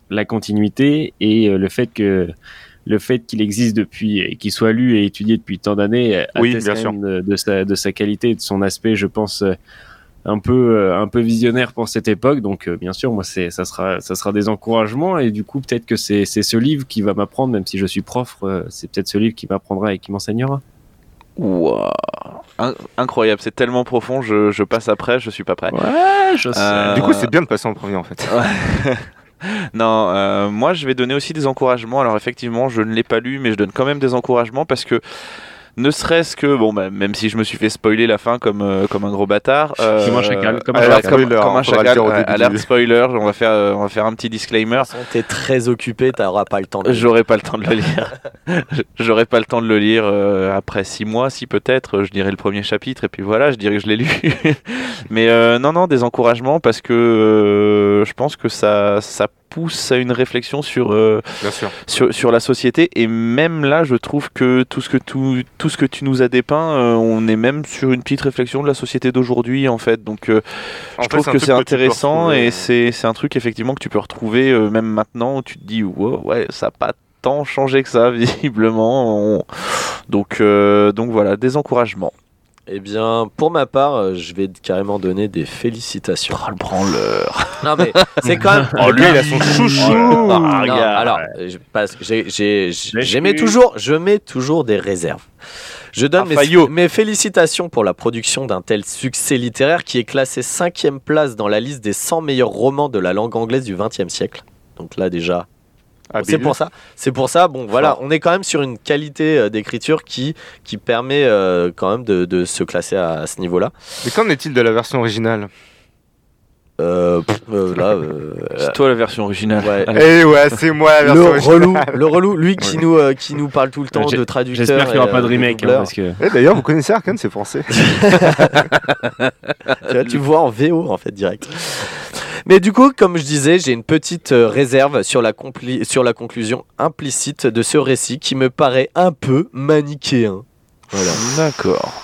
A: la continuité et euh, le fait que, le fait qu'il existe depuis, et qu'il soit lu et étudié depuis tant d'années, euh,
C: Oui,
A: atteste
C: bien
A: quand
C: sûr.
A: même de, de sa, de sa qualité et de son aspect, je pense, euh, un peu, euh, un peu visionnaire pour cette époque. Donc, euh, bien sûr, moi, c'est, ça sera, ça sera des encouragements et du coup, peut-être que c'est, c'est ce livre qui va m'apprendre, même si je suis prof, euh, c'est peut-être ce livre qui m'apprendra et qui m'enseignera.
B: Ouah. In- Incroyable, c'est tellement profond, je, je passe après, je suis pas prêt.
A: Ouais, je sais.
B: Euh,
C: Du coup, c'est bien de passer en premier en fait.
B: Non, euh, moi je vais donner aussi des encouragements. Alors effectivement, je ne l'ai pas lu, mais je donne quand même des encouragements parce que ne serait-ce que bon, bah, même si je me suis fait spoiler la fin comme euh, comme un gros bâtard, euh,
A: Comme un chacal, comme
C: un
B: alerte
C: chacal.
B: comme- comme un
C: Spoiler, hein, faudra le
B: chacal,
C: dire au
B: euh,
C: début
B: alerte
C: du-
B: spoiler. On va faire euh, on va faire un petit disclaimer.
D: T'es très occupé, t'auras pas le temps. De...
B: J'aurais pas le temps de le lire. J'aurais pas le temps de le lire euh, après six mois, si peut-être. Je dirais le premier chapitre et puis voilà, je dirais que je l'ai lu. Mais euh, non, non, des encouragements parce que euh, je pense que ça, ça pousse à une réflexion sur, euh,
C: Bien sûr.
B: sur, sur la société. Et même là, je trouve que tout ce que, tout, tout ce que tu nous as dépeint, euh, on est même sur une petite réflexion de la société d'aujourd'hui en fait. Donc euh, je trouve que c'est intéressant et c'est c'est un truc effectivement que tu peux retrouver euh, même maintenant où tu te dis wow, ouais ça n'a pas tant changé que ça visiblement On- donc euh, donc voilà des encouragements
D: Eh bien, pour ma part, euh, je vais carrément donner des félicitations.
B: branleur
D: Non mais c'est quand même.
C: Oh, lui, il a son
B: Ah,
C: chouchou.
D: Non,
B: regarde.
D: alors, euh, je- parce que j'ai- j'ai- j'ai-
A: Lèche-cul.
D: j'aimais toujours, je mets toujours des réserves. Je donne mes,
B: Rafaillot.
D: mes félicitations pour la production d'un tel succès littéraire qui est classé cinquième place dans la liste des 100 meilleurs romans de la langue anglaise du XXe siècle. Donc là déjà,
A: Ah,
C: Ah,
D: Bon, c'est pour ça. C'est pour ça. Bon, voilà, on est quand même sur une qualité euh, d'écriture qui qui permet euh, quand même de, de se classer à, à ce niveau-là.
C: Mais qu'en est-il de la version originale
D: Euh, pff, euh, là, euh,
B: c'est toi la version originale
D: ouais.
C: Eh ouais, c'est moi la version
D: le
C: originale.
D: relou, le relou, lui qui nous euh, qui nous parle tout le temps
A: J'ai-
D: de traducteur.
A: J'espère qu'il n'y aura
D: et,
A: pas de
D: euh,
A: remake. hein,
D: doubleur.
A: parce que...
C: Eh, D'ailleurs, vous connaissez Arkane, c'est français.
D: tu, vois, Euh, tu le vois en VO en fait direct. Mais du coup, comme je disais, j'ai une petite euh, réserve sur la, compli- sur la conclusion implicite de ce récit qui me paraît un peu manichéen. Voilà.
B: d'accord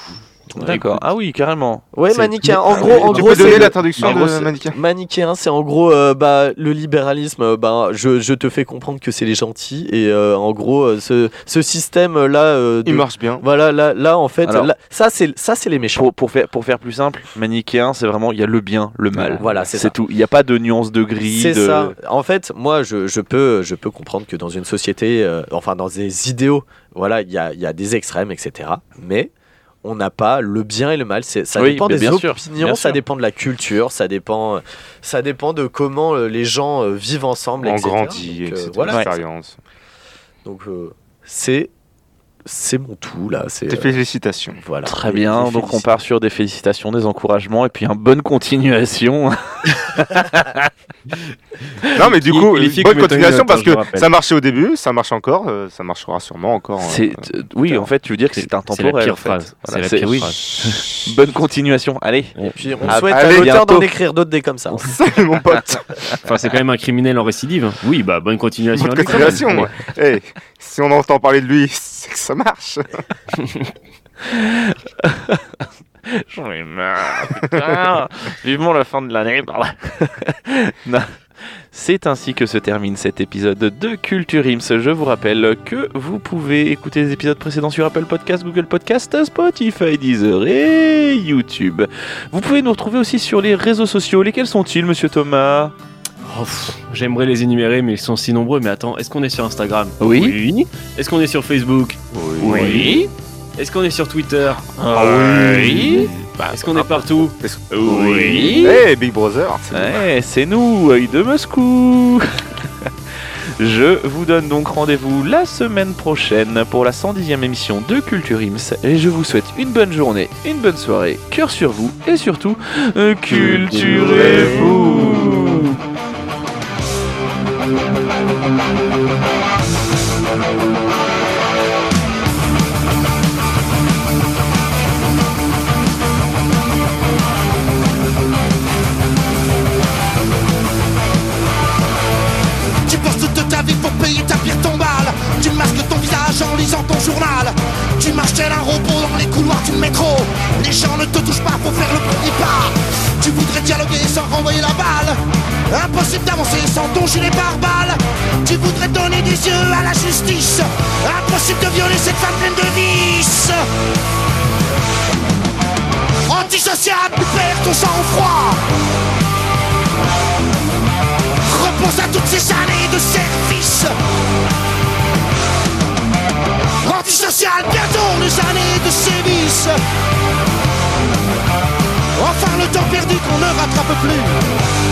B: d'accord ah oui carrément
D: Ouais,
B: C'est-
D: manichéen. En gros, en
C: tu
D: gros,
C: peux
D: c'est
C: donner la
D: le-
C: traduction
B: en gros,
C: de
B: c'est-
C: Manichéen
D: manichéen, c'est en gros euh, bah, le libéralisme. euh, Bah, je, je te fais comprendre que c'est les gentils et euh, en gros euh, ce, ce système là.
C: Il marche bien.
D: Voilà, là, là en fait,
B: Alors-
D: là, ça c'est ça c'est les méchants.
B: pour, pour faire pour faire plus simple manichéen c'est vraiment il y a le bien le mal
D: Voilà, c'est ça.
B: c'est tout il n'y a pas de nuance de gris
D: C'est
B: de-
D: ça. En fait, moi, je, je peux, je peux comprendre que dans une société, euh, enfin dans des idéaux, voilà, il y a, il y a des extrêmes, etc. Mais on n'a pas le bien et le mal. C'est- Ça
B: Oui,
D: dépend
B: mais
D: des
B: bien sûr,
D: opinions,
B: bien
D: ça
B: sûr.
D: dépend de la culture, ça dépend, ça dépend de comment euh, les gens euh, vivent ensemble,
C: On
D: etc.
C: grandit,
D: Donc, euh,
C: etc.
D: voilà.
C: Expérience.
D: Donc euh, c'est, c'est mon tout là. C'est
C: Tes
D: euh,
C: Félicitations.
D: voilà.
B: Très
D: Et-
B: bien,
D: et
B: donc on
D: félicitations.
B: part sur des félicitations, des encouragements et puis une bonne continuation.
C: Non, mais du
A: Il est
C: coup,
A: qualifié
C: bonne
A: comme étant une
C: continuation
A: note,
C: parce
A: je
C: que
A: le rappelle.
C: ça marchait au début, ça marche encore, euh, ça marchera sûrement encore. euh,
B: C'est, euh, oui, en fait, tu veux dire que
A: c'est-
B: c'est un
A: c'est la
B: temporel.
A: pire
B: en fait.
A: phrase.
B: Voilà,
A: C'est la
B: c'est-
A: pire
B: oui.
A: phrase.
B: Bonne continuation, allez.
D: Puis on
B: Ah,
D: souhaite
B: allez,
D: à l'auteur
B: bientôt.
D: d'en écrire d'autres des comme ça. hein.
C: Salut mon pote.
A: Enfin, c'est quand même un criminel en récidive. Oui, bah, bonne continuation.
C: Bonne
A: à lui, quand même.
C: continuation. ouais. Eh, si on entend parler de lui, c'est que ça marche.
B: J'en ai marre, putain. Vivement la fin de l'année. par là. Non. C'est ainsi que se termine cet épisode de Culture Ims. Je vous rappelle que vous pouvez écouter les épisodes précédents sur Apple Podcast, Google Podcast, Spotify, Deezer et YouTube. Vous pouvez nous retrouver aussi sur les réseaux sociaux. Lesquels sont-ils, monsieur Thomas
A: Oh, pff, J'aimerais les énumérer, mais ils sont si nombreux. Mais attends, est-ce qu'on est sur Instagram
B: Oui.
A: Est-ce qu'on est sur Facebook Est-ce qu'on est sur Twitter
B: Oui. Bah,
A: Est-ce qu'on est partout
B: Oui.
C: Hey, Big Brother
B: Eh, c'est nous, œil de Moscou Je vous donne donc rendez-vous la semaine prochaine pour la 110e émission de Culture Ims et je vous souhaite une bonne journée, une bonne soirée, cœur sur vous et surtout, euh, culturez-vous
H: Tu penses toute ta vie pour payer ta pire tombale Tu masques ton visage en lisant ton journal Tu marches tel un robot dans les couloirs du métro Les gens ne te touchent pas pour faire le premier pas Tu voudrais dialoguer sans renvoyer la balle Impossible d'avancer sans ton gilet pare-balles Tu voudrais donner des yeux à la justice Impossible de violer cette femme pleine de vices Antisocial, tu perds ton sang-froid Repose à toutes ces années de service Antisocial, bientôt les années de sévice Enfin le temps perdu qu'on ne rattrape plus